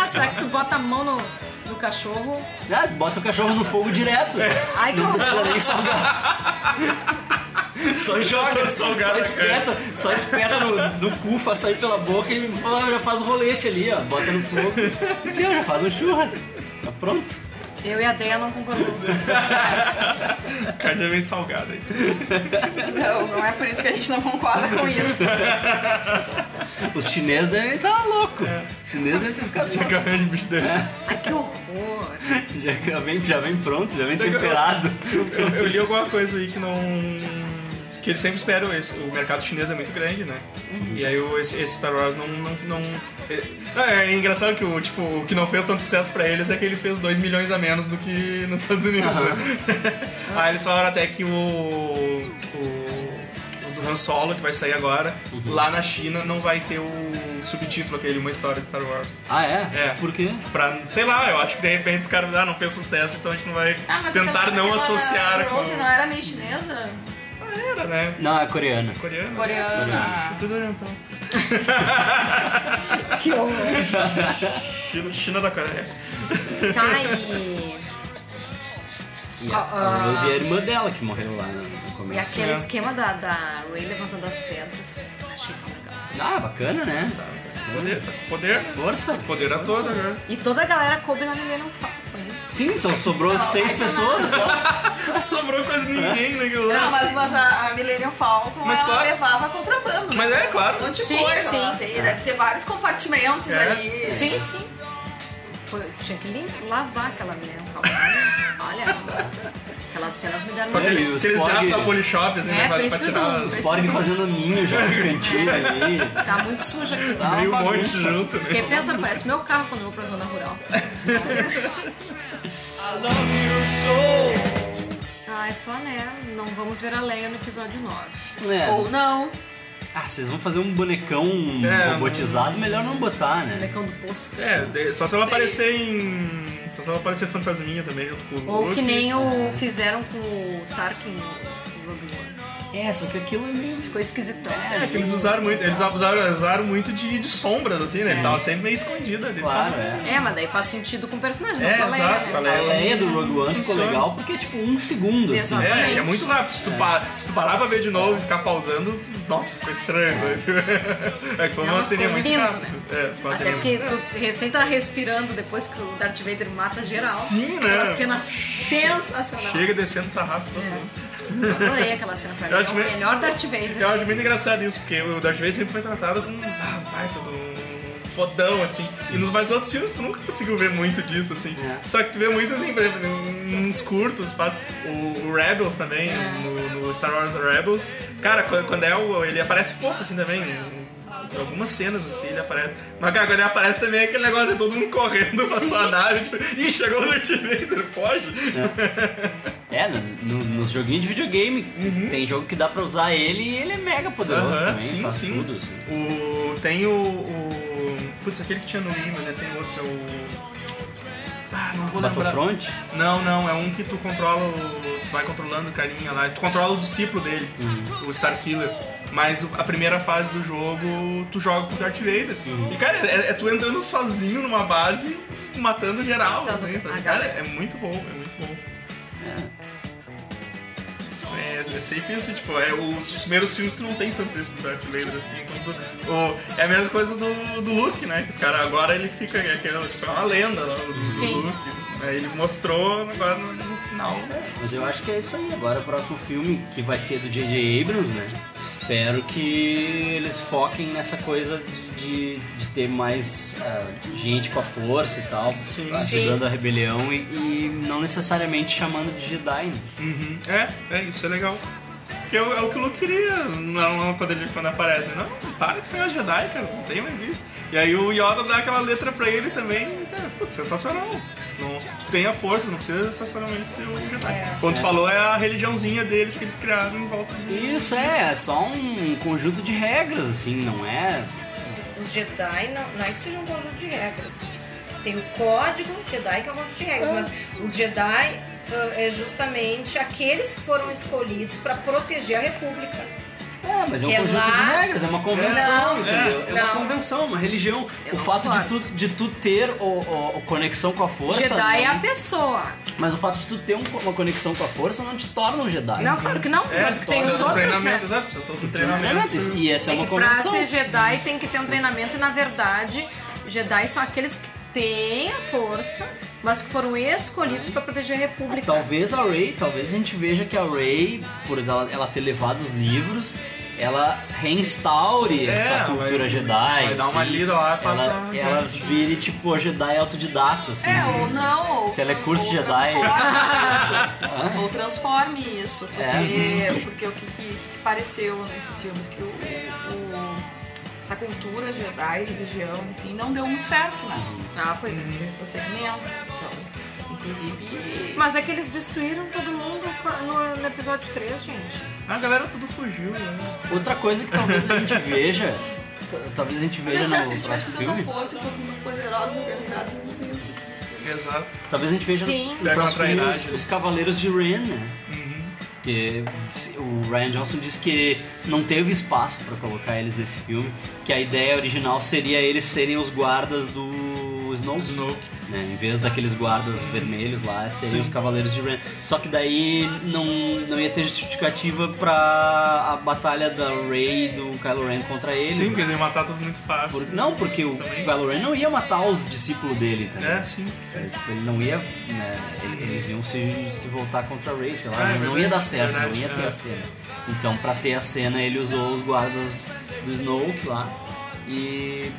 Ah, será que tu bota a mão no, no cachorro? Ah, bota o cachorro no fogo direto. Ai, que Não horror. precisa nem salgar. Só joga, só, salgado, só espeta, é. só espeta no, do cu, faz sair pela boca e fala, "Ah, já faz o rolete ali, ó. Bota no fogo. Deu, já faz um churras. Tá pronto. Eu e a Deia não concordamos. A carne é bem salgada isso. Não, não é por isso que a gente não concorda com isso. Os chineses devem estar loucos. É. Os chineses devem ter ficado Tinha carne de bicho desse. Ai, que horror. Já vem, já vem pronto, já vem temperado. Eu, eu li alguma coisa aí que não. Que eles sempre esperam isso. O mercado chinês é muito grande, né? E aí o, esse, esse Star Wars não. não, não é, não, é engraçado que o, tipo, o que não fez tanto sucesso pra eles é que ele fez 2 milhões a menos do que nos Estados Unidos. né? aí eles falaram até que o. o o do Han Solo, que vai sair agora, lá na China não vai ter o subtítulo aquele Uma História de Star Wars. Ah, é? É. Por quê? Pra, sei lá, eu acho que de repente os caras ah, não fez sucesso, então a gente não vai Ah, mas tentar aquela- não aquela associar com. Rose não era meio chinesa? Era, né? Não, é coreana. Coreano. Coreana. Tudo oriental. Que horror. China, China da Coreia. Tá, e, E a, a Rose é a irmã dela que morreu lá no no e começo. aquele esquema da, da Ray levantando as pedras. Achei tão legal. Ah, bacana, né? Poder, tá com poder. Força. Poder a toda, né? E toda a galera coube na mulher não falta, né? Sim, só sobrou seis pessoas né? só. Sobrou quase É? ninguém naquele Não, lance. mas, mas a, a Millennium Falcon, Mas ela claro. levava contrabando. né? Mas é, claro. Um monte de Sim, coisa. sim. lá. Tem- deve ter vários compartimentos É. aí. Sim, sim. Pô, eu tinha que lim- lavar aquela mulher não falta. Olha, aquelas cenas me deram uma Olha aí, Aqueles os aqueles Pog- girafas da Polishop, assim, É, né? Pra, pra precisam. tirar Os os- porg fazendo ninho já nos cantinhos ali. Tá muito suja aqui. Tá uma meio um monte bagunça. junto. né? Porque pensa, parece meu carro quando eu vou pra zona rural. Ah, é só, né? Não vamos ver a Leia no episódio 9. É. Ou não. Ah, vocês vão fazer um bonecão É, robotizado, melhor não botar, né? Molecão do posto. É, de- só se ela aparecer em. Só se ela aparecer fantasminha também junto com o Ou Luke. que nem o fizeram com o Tarkin no Rogue One. É, só que aquilo é meio. Ficou esquisitão. É, que eles usaram muito, eles abusaram, usaram muito de, de sombras, assim, né? Ele tava sempre meio escondido ali. Claro, é. É, mas daí faz sentido com o personagem, É, não com a Leia. exato, né? com a A Leia. ideia do Rogue One ficou Funciona. legal porque é tipo um segundo, assim. Exato. É, e é muito rápido. Se tu, pa- se tu parar pra ver de novo e ficar pausando, tu- nossa, ficou estranho. né? É que foi É uma uma seria muito combina, rápida. É, foi uma Até seria muito porque tu recém tá respirando depois que o Darth Vader mata geral. Sim, né? Aquela cena sensacional. Chega descendo o sarrafo É. todo mundo. Eu adorei aquela cena. Pra mim Eu é acho o meio- melhor Darth Vader. Eu acho um muito engraçado isso, porque o Darth Vader sempre foi tratado como ah, pai, todo um fodão, assim. E nos mais outros filmes tu nunca conseguiu ver muito disso, assim. Só que tu vê muito, assim, por exemplo, em uns curtos, faz. O, o Rebels também, no, no Star Wars Rebels. Cara, quando, quando é o. Ele aparece pouco, assim, também. em Algumas cenas assim, ele aparece. Mas cara, quando ele aparece também é aquele negócio de todo mundo correndo pra sua nave, tipo, ih, chegou o Darth Vader, foge. É, no- no- nos joguinhos de videogame tem jogo que dá pra usar ele e ele é mega poderoso Uhum. Aham, também, sim, faz sim. tudo. assim. O, tem o, o- Putz, aquele que tinha no Wii, mas né, tem outros, é o. Ah, não vou lembrar. Battlefront? Não, não, é um que tu controla, o- tu vai controlando o carinha lá, tu controla o discípulo dele, Uhum. o Starkiller. Mas o- a primeira fase do jogo, tu joga com o Darth Vader. E cara, é, é tu entrando sozinho numa base, matando geral. Matando assim, sabe? a Cara, galera. é muito bom, é muito bom. É, é sempre isso, tipo, é, os primeiros filmes tu não tem tanto isso do Darth Vader, assim, quanto o- é a mesma coisa do, do Luke, né? Que os caras agora ele fica, é, aquele, tipo, é uma lenda né, do, do Sim. Luke. Aí ele mostrou agora no, no final, né? Mas eu acho que é isso aí. Agora o próximo filme, que vai ser do J.J. Abrams, né? Espero que eles foquem nessa coisa de, de ter mais ah, gente com a força e tal, Sim. ajudando a rebelião e, e não necessariamente chamando de Jedi. Né? Uhum. É, é isso, é legal. Porque é, o- é o que o Luke queria não, é não, quando, ele, quando aparece. né? Não, para com esse negócio de Jedi, cara, não tem mais isso. E aí o Yoda dá aquela letra pra ele também, e, cara, putz, sensacional. Não, tu tem a força, não precisa necessariamente ser o Jedi. Quando tu falou, é a religiãozinha deles que eles criaram em volta de... Isso é, é só um conjunto de regras, assim, não é? Os Jedi não, não é que seja um conjunto de regras. Tem o código Jedi que é um conjunto de regras, mas os Jedi ah, é justamente aqueles que foram escolhidos para proteger a República. É, mas é um Que é conjunto de lá- regras, é uma convenção, Não, entendeu? É, uma não. convenção, uma religião. Eu o não fato de tu, concordo. de tu ter o, o- o conexão com a força. Jedi é não- a pessoa. Mas o fato de tu ter um- uma conexão com a força não te torna um Jedi. Não, claro que não. tanto que tem É, precisa os do outros, né? um treinamento, exato, precisa todo do Não, não, treinamento. não, isso- E essa é, É uma que pra convenção. ser Jedi tem que ter um treinamento e na verdade Jedi são aqueles que têm a força, mas que foram escolhidos pra proteger a República. Talvez a Rey, talvez a gente veja que a Rey, por ela, ela ter levado os livros, ela reinstaure essa cultura É, vai- Jedi. vai dar uma assim. lida lá, um passa- Ela, ela vire tipo a Jedi autodidata, assim. É, ou não, ou. Telecurso ou Jedi. transforme isso. ou transforme isso. Porque, É. porque o que, que- que pareceu nesses filmes que o, o- essa cultura Jedi, religião, enfim, não Tá deu muito certo, né? Ah, pois é. O segmento. Então, inclusive. Mas é que eles destruíram todo mundo no, no episódio 3, gente. A galera tudo fugiu, né? Outra coisa que talvez a gente veja. t- Talvez a gente veja Mas, no cara, assim, se eles próximo tivessem com tanta filme. força e fossem muito poderosos e organizados, eles não teriam sido Exato. Talvez a gente veja Sim. no Pega próximo uma filme os, trairagem. Uhum. os Cavaleiros de Ren, né? Porque se- o Ryan Johnson disse que não teve espaço pra colocar eles nesse filme, que a ideia original seria eles serem os guardas do Snow. Snoke. Né? Em vez daqueles guardas vermelhos lá, seriam os Cavaleiros de Ren. Só que daí não, não ia ter justificativa pra a batalha da Rey e do Kylo Ren contra eles. Sim, porque né? eles iam matar tudo muito fácil. Por- não, porque o Kylo Ren não ia matar os discípulos dele, entendeu? É, sim. Sabe? Tipo, ele não ia. Né, ele- eles iam se, se voltar contra a Ray, sei lá. Ah, é não, não verdade, ia dar certo, verdade, não ia ter é. a cena. Então, pra ter a cena, ele usou os guardas do Snoke lá. E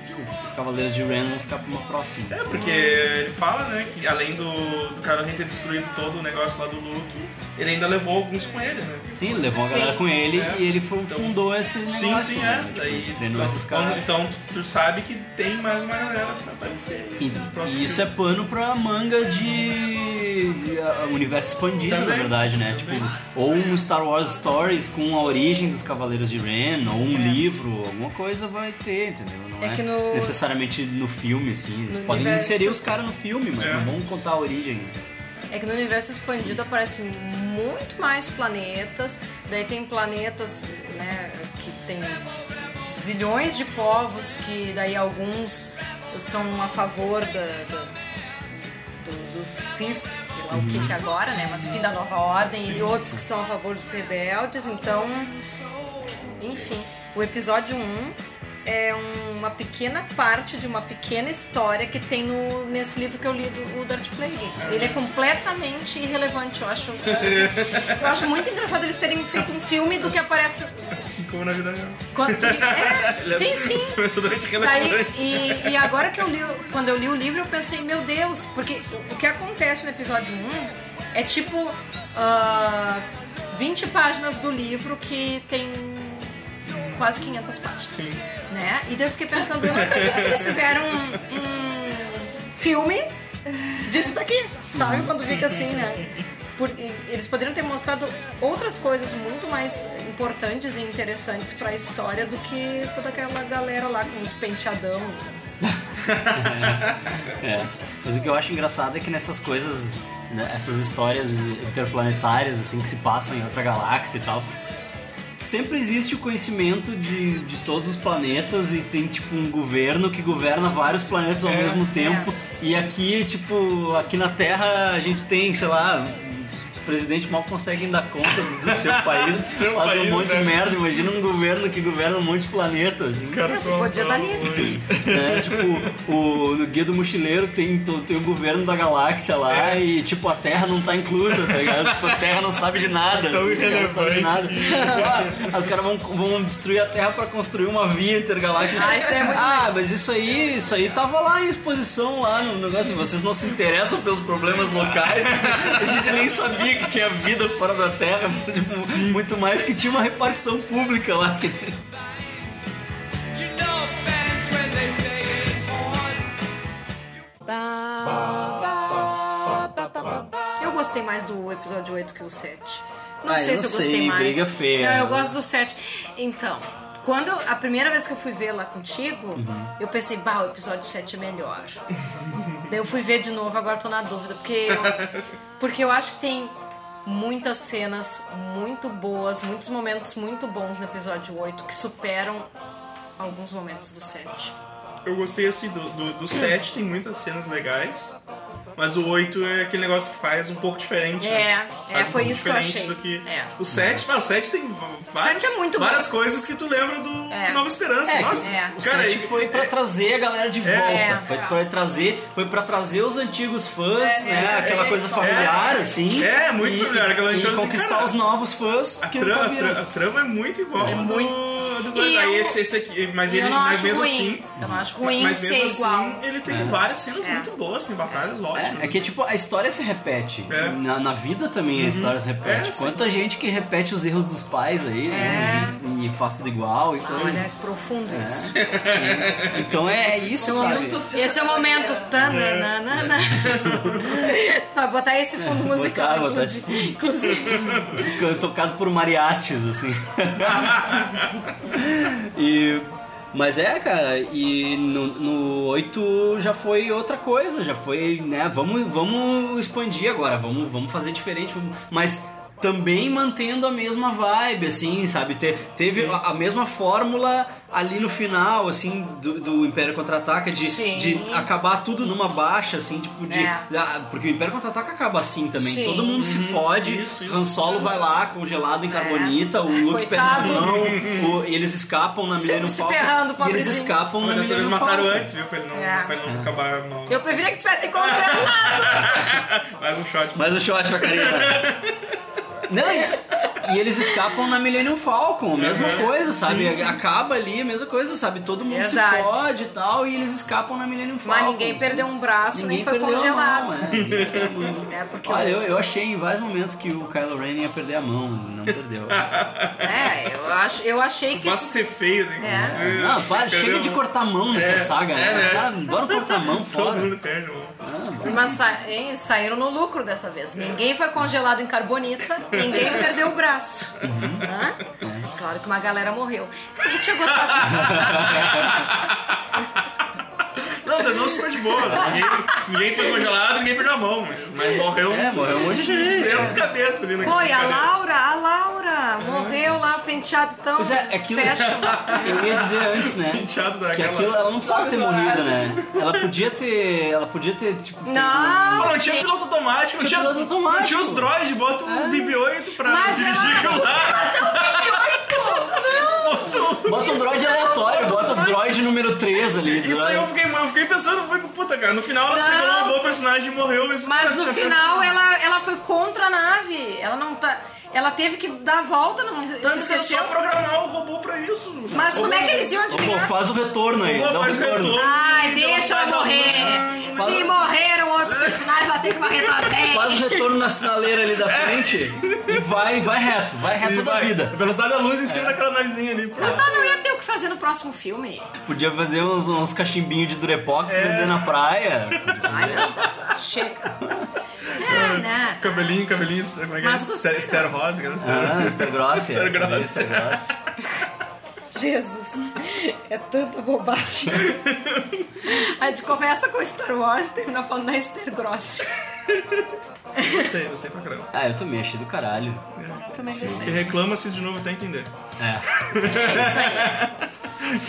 os Cavaleiros de Ren vão ficar pra uma próxima. É, porque ele fala, né, que além do, do Kylo Ren ter destruído todo o negócio lá do Luke, ele ainda levou alguns com ele, né? Sim, ele levou a galera com ele É. e ele fu- Então- fundou esse negócio. Sim, sim, é. né? Tipo, Daí, ele treinou então, esses caras. então tu, tu sabe que tem mais uma galera pra aparecer. E, no próximo e isso é filme. pano pra manga de, de, ah, universo expandido, na Também, verdade, né? também. Tipo, ou um Star Wars Stories com a origem dos Cavaleiros de Ren, ou um livro, alguma coisa vai ter, entendeu? Não é, É que no- necessariamente no filme, assim. Eles No podem universo- inserir os caras no filme, mas É. não vão contar a origem. né? É que no universo expandido aparecem muito mais planetas, daí tem planetas né, que tem zilhões de povos, que daí alguns são a favor da, da- do, do Sith, sei lá o que que é agora, né? Mas enfim, da nova ordem, e outros que são a favor dos rebeldes, então, enfim, o episódio 1 é uma pequena parte de uma pequena história que tem no, nesse livro que eu li do o Darth Plagueis. Ele é completamente irrelevante, eu acho. assim, Eu acho muito engraçado eles terem feito um filme do que aparece Assim é como na vida real. quando- é, sim, sim. Foi totalmente Daí, relevante. Tá e, e agora que eu li, o- quando eu li o livro, eu pensei, meu Deus, porque o- o que acontece no episódio 1 é tipo ah, 20 páginas do livro que tem quase 500 páginas. Né? E daí eu fiquei pensando, eu não acredito que eles fizeram um, um filme disso daqui, sabe? Quando fica assim, né? por- eles poderiam ter mostrado outras coisas muito mais importantes e interessantes pra história do que toda aquela galera lá com os penteadão. É. Mas o que eu acho engraçado é que nessas coisas, né, essas histórias interplanetárias, assim, que se passam em outra galáxia e tal, sempre existe o conhecimento de, de todos os planetas e tem, tipo, um governo que governa vários planetas É. ao mesmo tempo. E aqui, tipo, aqui na Terra a gente tem, sei lá. os presidentes mal conseguem dar conta do seu país, fazer seu país, um monte né? de merda. Imagina um governo que governa um monte de planetas. assim. Cara, Isso, podia dar nisso. né? Tipo, o, no Guia do Mochileiro tem, to- tem o governo da galáxia lá É. e, tipo, a Terra não tá inclusa, tá ligado? Tipo, a Terra não sabe de nada. Tão assim, os caras não sabem de nada. irrelevante Ah, os caras vão, vão destruir a Terra pra construir uma via intergaláctica. Ah, isso aí é muito Ah, mas isso aí, isso aí tava lá em exposição lá no negócio. Vocês não se interessam pelos problemas locais. A gente nem sabia que tinha vida fora da Terra. Tipo, muito mais que tinha uma repartição pública lá. Eu gostei mais do episódio 8 que o 7. Não Ah, sei eu se eu não gostei sei, mais. briga feia. Não, eu gosto do 7. Então, quando eu- a primeira vez que eu fui ver lá contigo, Uhum. eu pensei, bah, o episódio 7 é melhor. Daí eu fui ver de novo, agora eu tô na dúvida, porque eu, porque eu acho que tem muitas cenas muito boas, muitos momentos muito bons no episódio 8 que superam alguns momentos do 7. Eu gostei assim do, do, do 7, tem muitas cenas legais. Mas o 8 é aquele negócio que faz um pouco diferente. né? É, é, Faz um foi pouco isso que eu diferente achei. Do que... É. O 7, mas o 7 tem v- várias, é muito bom. várias coisas que tu lembra do É. Nova Esperança. É, Nossa, que- é. O cara, set aí- foi pra trazer a galera de volta. É. foi pra trazer, foi para trazer os antigos fãs, né? é, aquela é, coisa é. familiar assim. É, muito familiar, aquela E gente olha assim, conquistar cara, os novos fãs a, que trama, nunca a, viram. tra- a trama é muito igual. É a do, muito. do- E aí eu- esse, esse aqui, mas E ele, eu não mas acho mesmo ruim. assim, eu não acho ruim mas ser mesmo assim, igual. ele tem várias cenas É. muito boas, tem batalhas ótimas. assim. É que tipo, a história se repete. É. Na, na vida também a história se repete. É, sim. Quanta gente que repete os erros dos pais aí, né? E, e faz tudo igual. Então, É. Olha, que profundo isso. então é isso, sabe? Esse é o momento. Tananana. Vai botar esse fundo musical. Botar, botar esse inclusive. Inclusive. Fica tocado por mariates, assim. e, mas é, cara, e no, no 8 já foi outra coisa, já foi, né? Vamos, vamos expandir agora, vamos, vamos fazer diferente, vamos- mas também mantendo a mesma vibe, assim, sabe? Te- teve a, a mesma fórmula ali no final, assim, do, do Império Contra-Ataca, de, Sim. de acabar tudo numa baixa, assim, tipo, de. É. ah, Porque o Império Contra-Ataca acaba assim também. Sim. Uhum. Todo mundo se fode, Isso, isso. Han Solo vai lá congelado em carbonita, o Luke É. Coitado. perde a mão, o- eles escapam na Sempre Millennium se Falcon. ferrando, e eles pobrezinho. escapam na Mas dessa vez Millennium mataram Falcon. antes, viu? Pra ele não, É. pra ele não acabar mal. Eu preferia que tivesse congelado. Mais um shot. Mais um shot pra Karina. Não, e- e eles escapam na Millennium Falcon, a mesma Uhum. coisa, sabe? Sim, sim. Acaba ali, a mesma coisa, sabe? Todo mundo Verdade. se fode e tal, e eles escapam na Millennium Falcon. Mas ninguém perdeu um braço, Ninguém nem foi perdeu a congelado. mão, é. Ninguém perdeu a mão. É, porque. Olha, eu, eu, eu achei em vários momentos que o Kylo Ren ia perder a mão, mas não perdeu. é, eu, acho, eu achei que. Basta ser feio, né? É. Não, para, Perdeu chega de um- cortar a mão nessa É, saga, né? é, Os né? caras adoram cortar a mão Todo fora. mundo perde. um. Ah, vai. Mas sa- hein, saíram no lucro dessa vez. Ninguém foi congelado em carbonita, ninguém perdeu o braço. Hã? Claro que uma galera morreu. Eu tinha gostado. Não, terminou super de boa. Ninguém, ninguém foi congelado, ninguém perdeu a mão. Mas, mas morreu É, morreu um monte de gente. 200 cabeças ali né? naquele Foi, a cara. Laura, a Laura morreu lá, penteado tão. Pois é, aquilo fashion. eu ia dizer antes, né? Penteado Que daquela. aquilo é- ela não precisava ter morrido, né? Ela podia ter. Ela podia ter, tipo. Não, Pô, não tinha piloto automático, não Tinha tinha, piloto automático. não tinha os droids, bota um BB-8 pra É. Mas é. dirigir ela- aquilo lá. Bota um droid aleatório, bota o droid número 3 ali. do Isso aí lado. eu fiquei, eu fiquei pensando, foi puta, cara. No final ela se Não. revelou uma boa personagem e morreu. Mas, Mas cara, no tinha feito- final ela, ela foi contra a nave. Ela não tá. Ela teve que dar a volta, não Tanto que é esqueceu. só programar o robô pra isso. Mas como é que eles iam Ô, pô, adivinhar? Tipo, faz o retorno aí, Robô dá um faz retorno. retorno. Ai, Então, deixa eu cada um- morrer. Se morreram outros personagens, ela tem que morrer também. Faz o retorno na sinaleira ali da frente e vai, vai reto, vai reto toda a É. Vai, vida. Velocidade da luz em cima daquela navezinha ali. pronto. Mas ela não ia ter o que fazer no próximo filme. Podia fazer uns, uns cachimbinhos de É. durepox vender na praia. Chega. Ah, Cabelinho, cabelinho, como é que é? Mas gostei, Estero estero rosa, cara. Ah, Mr. estero- Gross. Mr. Gross. Mr. Gross. Jesus, é tanta bobagem. A gente conversa com Star Wars e termina falando da Esther Gross. Gostei, gostei pra caramba. Ah, eu também achei do caralho. Também gostei. Que reclama se de novo até entender. É.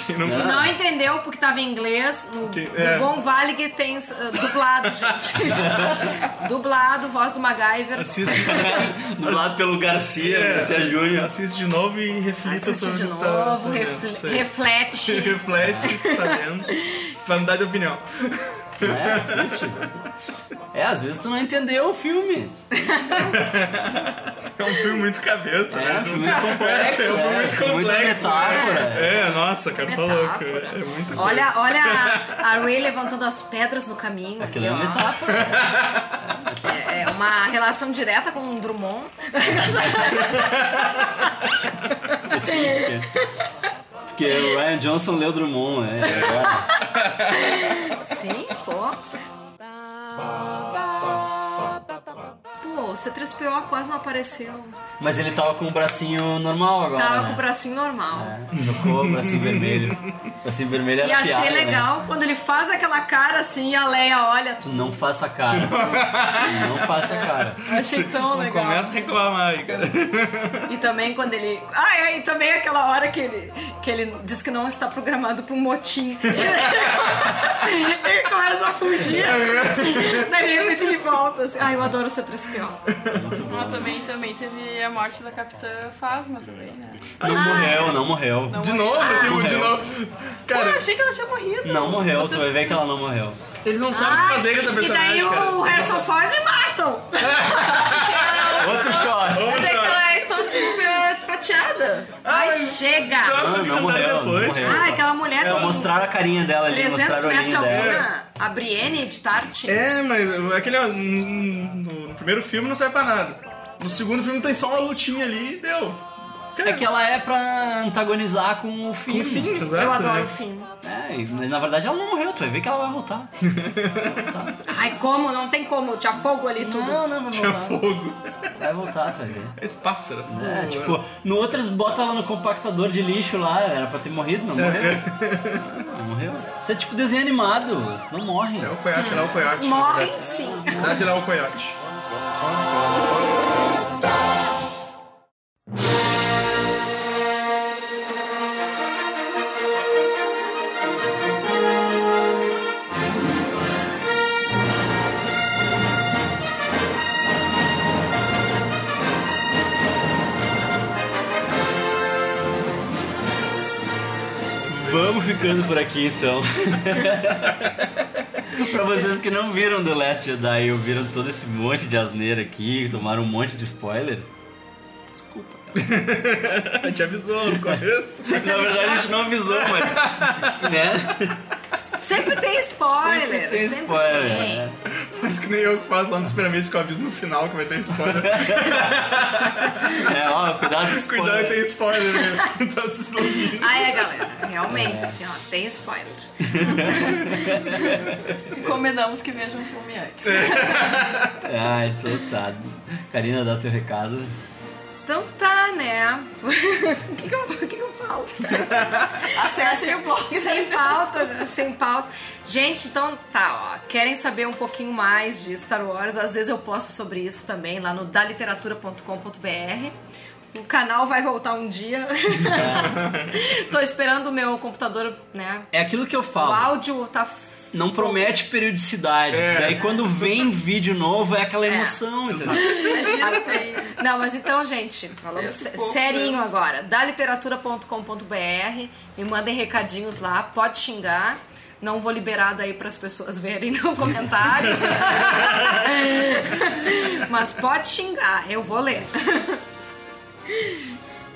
Que não- Se não entendeu porque tava em inglês, no, Que- no é. Bom Vale que tem eh, dublado, gente. dublado, voz do MacGyver. Assiste, Dublado pelo Garcia, É. Garcia Júnior. assiste de novo e reflita Assiste sobre de o que tá novo, fazendo. refle- Isso aí. Se reflete. reflete o que tá vendo. Vai mudar de opinião. É, assiste. É, às vezes tu não entendeu o filme. É um filme muito cabeça, É, né? é um filme muito né? complexo. né? É, é um filme muito tem muita complexo. metáfora. É, nossa, cara, tá louco. Metáfora. É muito Olha, olha a, a Ray levantando as pedras no caminho. Aquilo é aqui, uma ó. metáfora. É, é uma relação direta com o Drummond. Assim, porque- Porque o Ryan Johnson leu Drummond, né? Agora. Sim, pô. Pô, o C3PO quase não apareceu. Mas ele tava com o bracinho normal agora. Tava né? com o bracinho normal. É, Trocou o bracinho vermelho. O bracinho vermelho era E achei piada, né? legal quando ele faz aquela cara assim e a Leia olha. Tu não faça cara. Tu não faça cara. Eu Achei tão Não Então, Então, legal. começa a reclamar aí, cara. E também quando ele. Ah, é, e também aquela hora que ele, que ele diz que não está programado para um motim. ele começa a fugir. Assim. Daí de repente ele volta assim. Ah, eu adoro o C3PO. Mas Ah, também, também teve a morte da Capitã Fasma também, né? Não morreu, não morreu. Não, De novo, Ah, tipo, é. de novo. Eu Cara, achei que ela tinha morrido. morreu, tu vai ver que ela não morreu. eles não sabem o que fazer com essa e daí personagem, cara. o Harrison Ford matam. Outro shot. Mas é que ela é Stormtrooper prateada. Ai, chega! Só Não, porque não cantaram morreu, depois. não Ah, morreu. aquela mulher Só tem mostraram a carinha dela ali, 300 mostraram o metros de olhinho dela. altura. A Brienne de Tarte. É, mas aquele. ó, No, no primeiro filme não serve pra nada. No segundo filme tem só uma lutinha ali e deu. Cara, É um que ela é pra antagonizar com o fim. enfim, exato. Eu adoro o né? fim. É, e- mas na verdade ela não morreu, tu vai ver que ela vai voltar. Ai, como? Não tem como. Eu te afogo ali tudo. Não, não, vai Tinha voltar. é fogo. Vai voltar, tu vai ver. Esse pássaro. tudo- É, tipo, no outros bota ela no compactador de lixo lá, era pra ter morrido, não morreu. Não morreu. Isso é tipo desenho animado, isso não morre. É o coiote, lá o coiote. Morrem sim. Dá de lá o coiote. Vamos ficando por aqui então. pra vocês que não viram The Last Jedi e ouviram todo esse monte de asneira aqui, tomaram um monte de spoiler. Desculpa. A gente avisou no começo. Na verdade a gente não avisou, mas. né? Sempre tem spoiler. Sempre tem spoiler. tem. né? Mas que nem eu que faço lá nos pirâmides que eu aviso no final que vai ter spoiler. É, ó, cuidado com spoiler. Cuidado, tem spoiler. né? tá se sumindo. Ah, é, galera. Realmente, sim, ó, tem spoiler. É. Recomendamos que vejam o filme antes. Ah, então tá. Karina, dá teu recado. Então tá, né? O que, que, eu- o que que eu falo? Acessem o blog. Sem pauta, sem pauta. Gente, então tá, ó. Querem saber um pouquinho mais de Star Wars? Às vezes eu posto sobre isso também lá no daliteratura.com.br. O canal vai voltar um dia. Tô esperando o meu computador, né? É aquilo que eu O falo. áudio tá. f- Não promete periodicidade. É. Daí quando vem vídeo novo é aquela emoção, entendeu? Imagina, tem Não, mas então, gente, falando Cento e sé- poucos serinho anos. agora. Daliteratura.com.br, me mandem recadinhos lá, pode xingar. Não vou liberar daí para as pessoas verem no comentário. mas pode xingar, eu vou ler.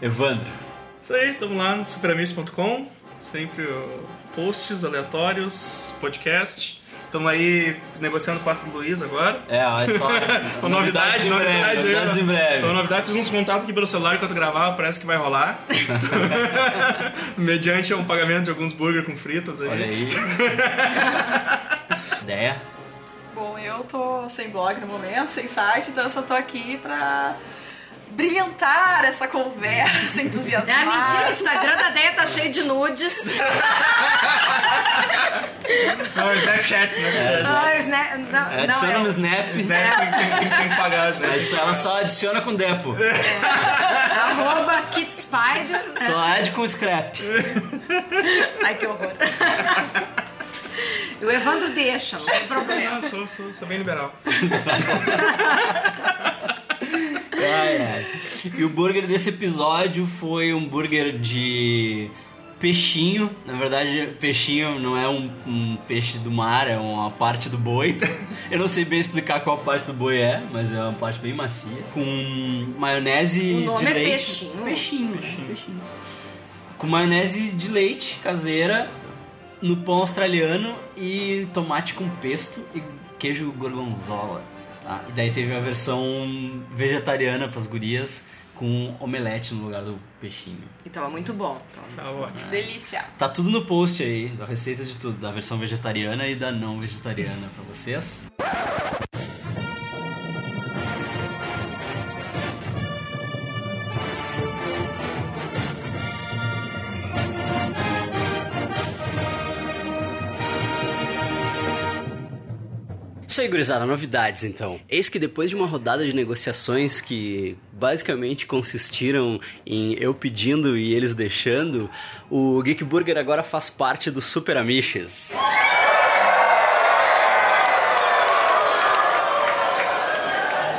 Evandro. Isso aí, tamo lá no superamigos.com. Sempre ó, posts aleatórios, podcast. Tamo aí negociando o passo do Luiz agora. É, ó, é só. Uma novidade, em breve, novidade, novidades né? em breve. Então, novidade, fiz uns contatos aqui pelo celular enquanto gravava, parece que vai rolar. Mediante um pagamento de alguns burger com fritas aí. Olha aí. Ideia. Bom, eu tô sem blog no momento, sem site, então eu só tô aqui pra brilhantar essa conversa É entusiasmada. ah, mentira, o Instagram da Deia tá cheio de nudes. Não, é Snapchat, né? Ah, o Snap- não, Adiciona não, no é. Snap. Snap tem, tem- tem que pagar, né? Mas ela só adiciona com Depo. É. Arroba Kit Spider. Só ad com scrap. Ai, que horror. E o Evandro deixa, não tem problema. Ah, sou, sou, sou bem liberal. Ai, ai. E o burger desse episódio foi um burger de peixinho. Na verdade, peixinho não é um, um peixe do mar, é uma parte do boi. Eu não sei bem explicar qual parte do boi é, mas é uma parte bem macia. Com maionese O nome de é leite. peixinho. Peixinho, peixinho. peixinho. Com maionese de leite caseira no pão australiano e tomate com pesto e queijo gorgonzola. tá? E daí teve a versão vegetariana pras gurias com omelete no lugar do peixinho. E tava Então, é muito bom. tava Tá ótimo. Delícia. Tá tudo no post aí, a receita de tudo, da versão vegetariana e da não vegetariana pra vocês. Isso aí, gurizada, novidades então. Eis que depois de uma rodada de negociações que basicamente consistiram em eu pedindo e eles deixando, o Geek Burger agora faz parte do Super Amiches.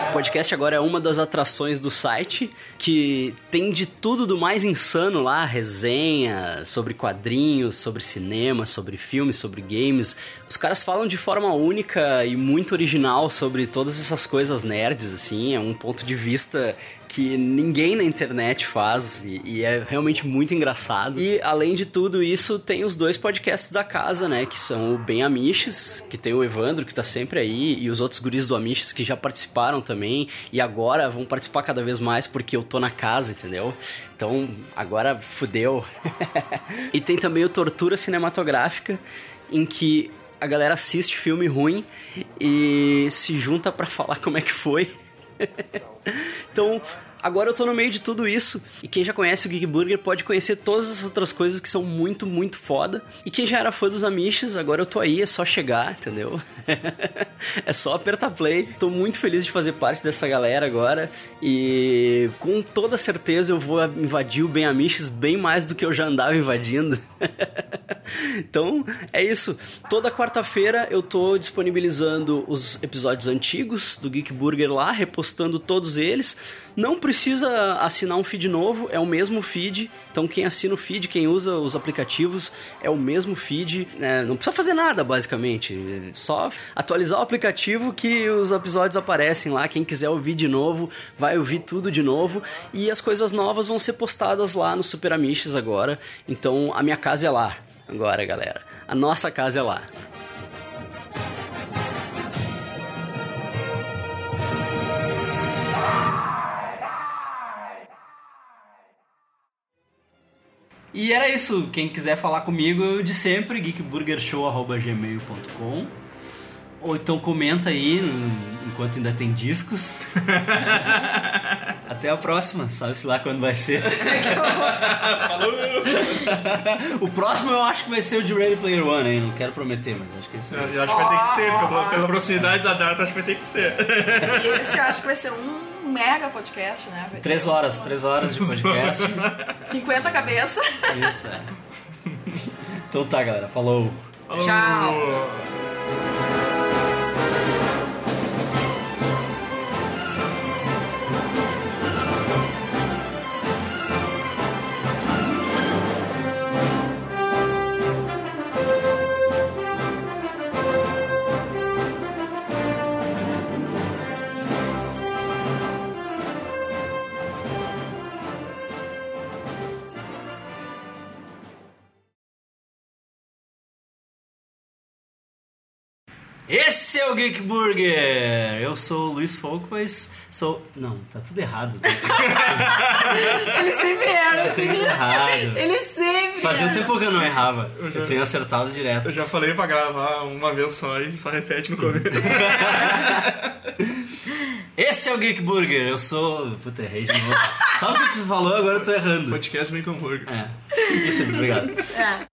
O podcast agora é uma das atrações do site, que tem de tudo do mais insano lá, resenha sobre quadrinhos, sobre cinema, sobre filmes, sobre games. Os caras falam de forma única e muito original sobre todas essas coisas nerds, assim, é um ponto de vista que ninguém na internet faz e, e é realmente muito engraçado. E além de tudo isso, tem os dois podcasts da casa, né? Que são o Bem Amiches, que tem o Evandro, que tá sempre aí, e os outros guris do Amiches que já participaram também e agora vão participar cada vez mais porque eu tô na casa, entendeu? Então agora fudeu. e tem também o Tortura Cinematográfica, em que a galera assiste filme ruim e se junta pra falar como é que foi. Então, agora eu tô no meio de tudo isso. E quem já conhece o Geek Burger pode conhecer todas as outras coisas que são muito, muito foda. E quem já era fã dos Amiches, agora eu tô aí, é só chegar, entendeu? é só apertar play. Tô muito feliz de fazer parte dessa galera agora. E com toda certeza eu vou invadir o Bem Amiches bem mais do que eu já andava invadindo. então, é isso. Toda quarta-feira eu tô disponibilizando os episódios antigos do Geek Burger lá, repostando todos eles. Não precisa assinar um feed novo, é o mesmo feed. Então quem assina o feed, quem usa os aplicativos, é o mesmo feed. É, não precisa fazer nada, basicamente. É Só atualizar o aplicativo que os episódios aparecem lá. Quem quiser ouvir de novo, vai ouvir tudo de novo. E as coisas novas vão ser postadas lá no Super Amiches agora. Então a minha casa é lá. Agora, galera. A nossa casa é lá. E era isso. Quem quiser falar comigo de sempre, geekburgershow.gmail.com Ou então comenta aí hum, enquanto ainda tem discos. Até a próxima. Sabe-se lá quando vai ser. o próximo eu acho que vai ser o de Ready Player One, hein? Não quero prometer, mas acho que é isso mesmo. Eu acho que vai ter que ser, pela, pela proximidade da data, acho que vai ter que ser. E esse eu acho que vai ser um mega podcast, né? Vai ter Três horas, três horas de podcast. 50 cabeças. Isso, é. Então tá, galera. Falou. Tchau. Esse é o Geek Burger! Eu sou o Luiz Folk, mas sou. Não, tá tudo errado. Tá Ele sempre era. tudo errado. Ele sempre Fazia um tempo que eu não errava. Eu tinha acertado direto. Eu já falei pra gravar uma vez só e só repete no começo. Esse é o Geek Burger. Eu sou. Puta, errei de novo. Só porque tu falou, agora eu tô errando. Podcast Make Hambúrguer. É. Isso, obrigado. É.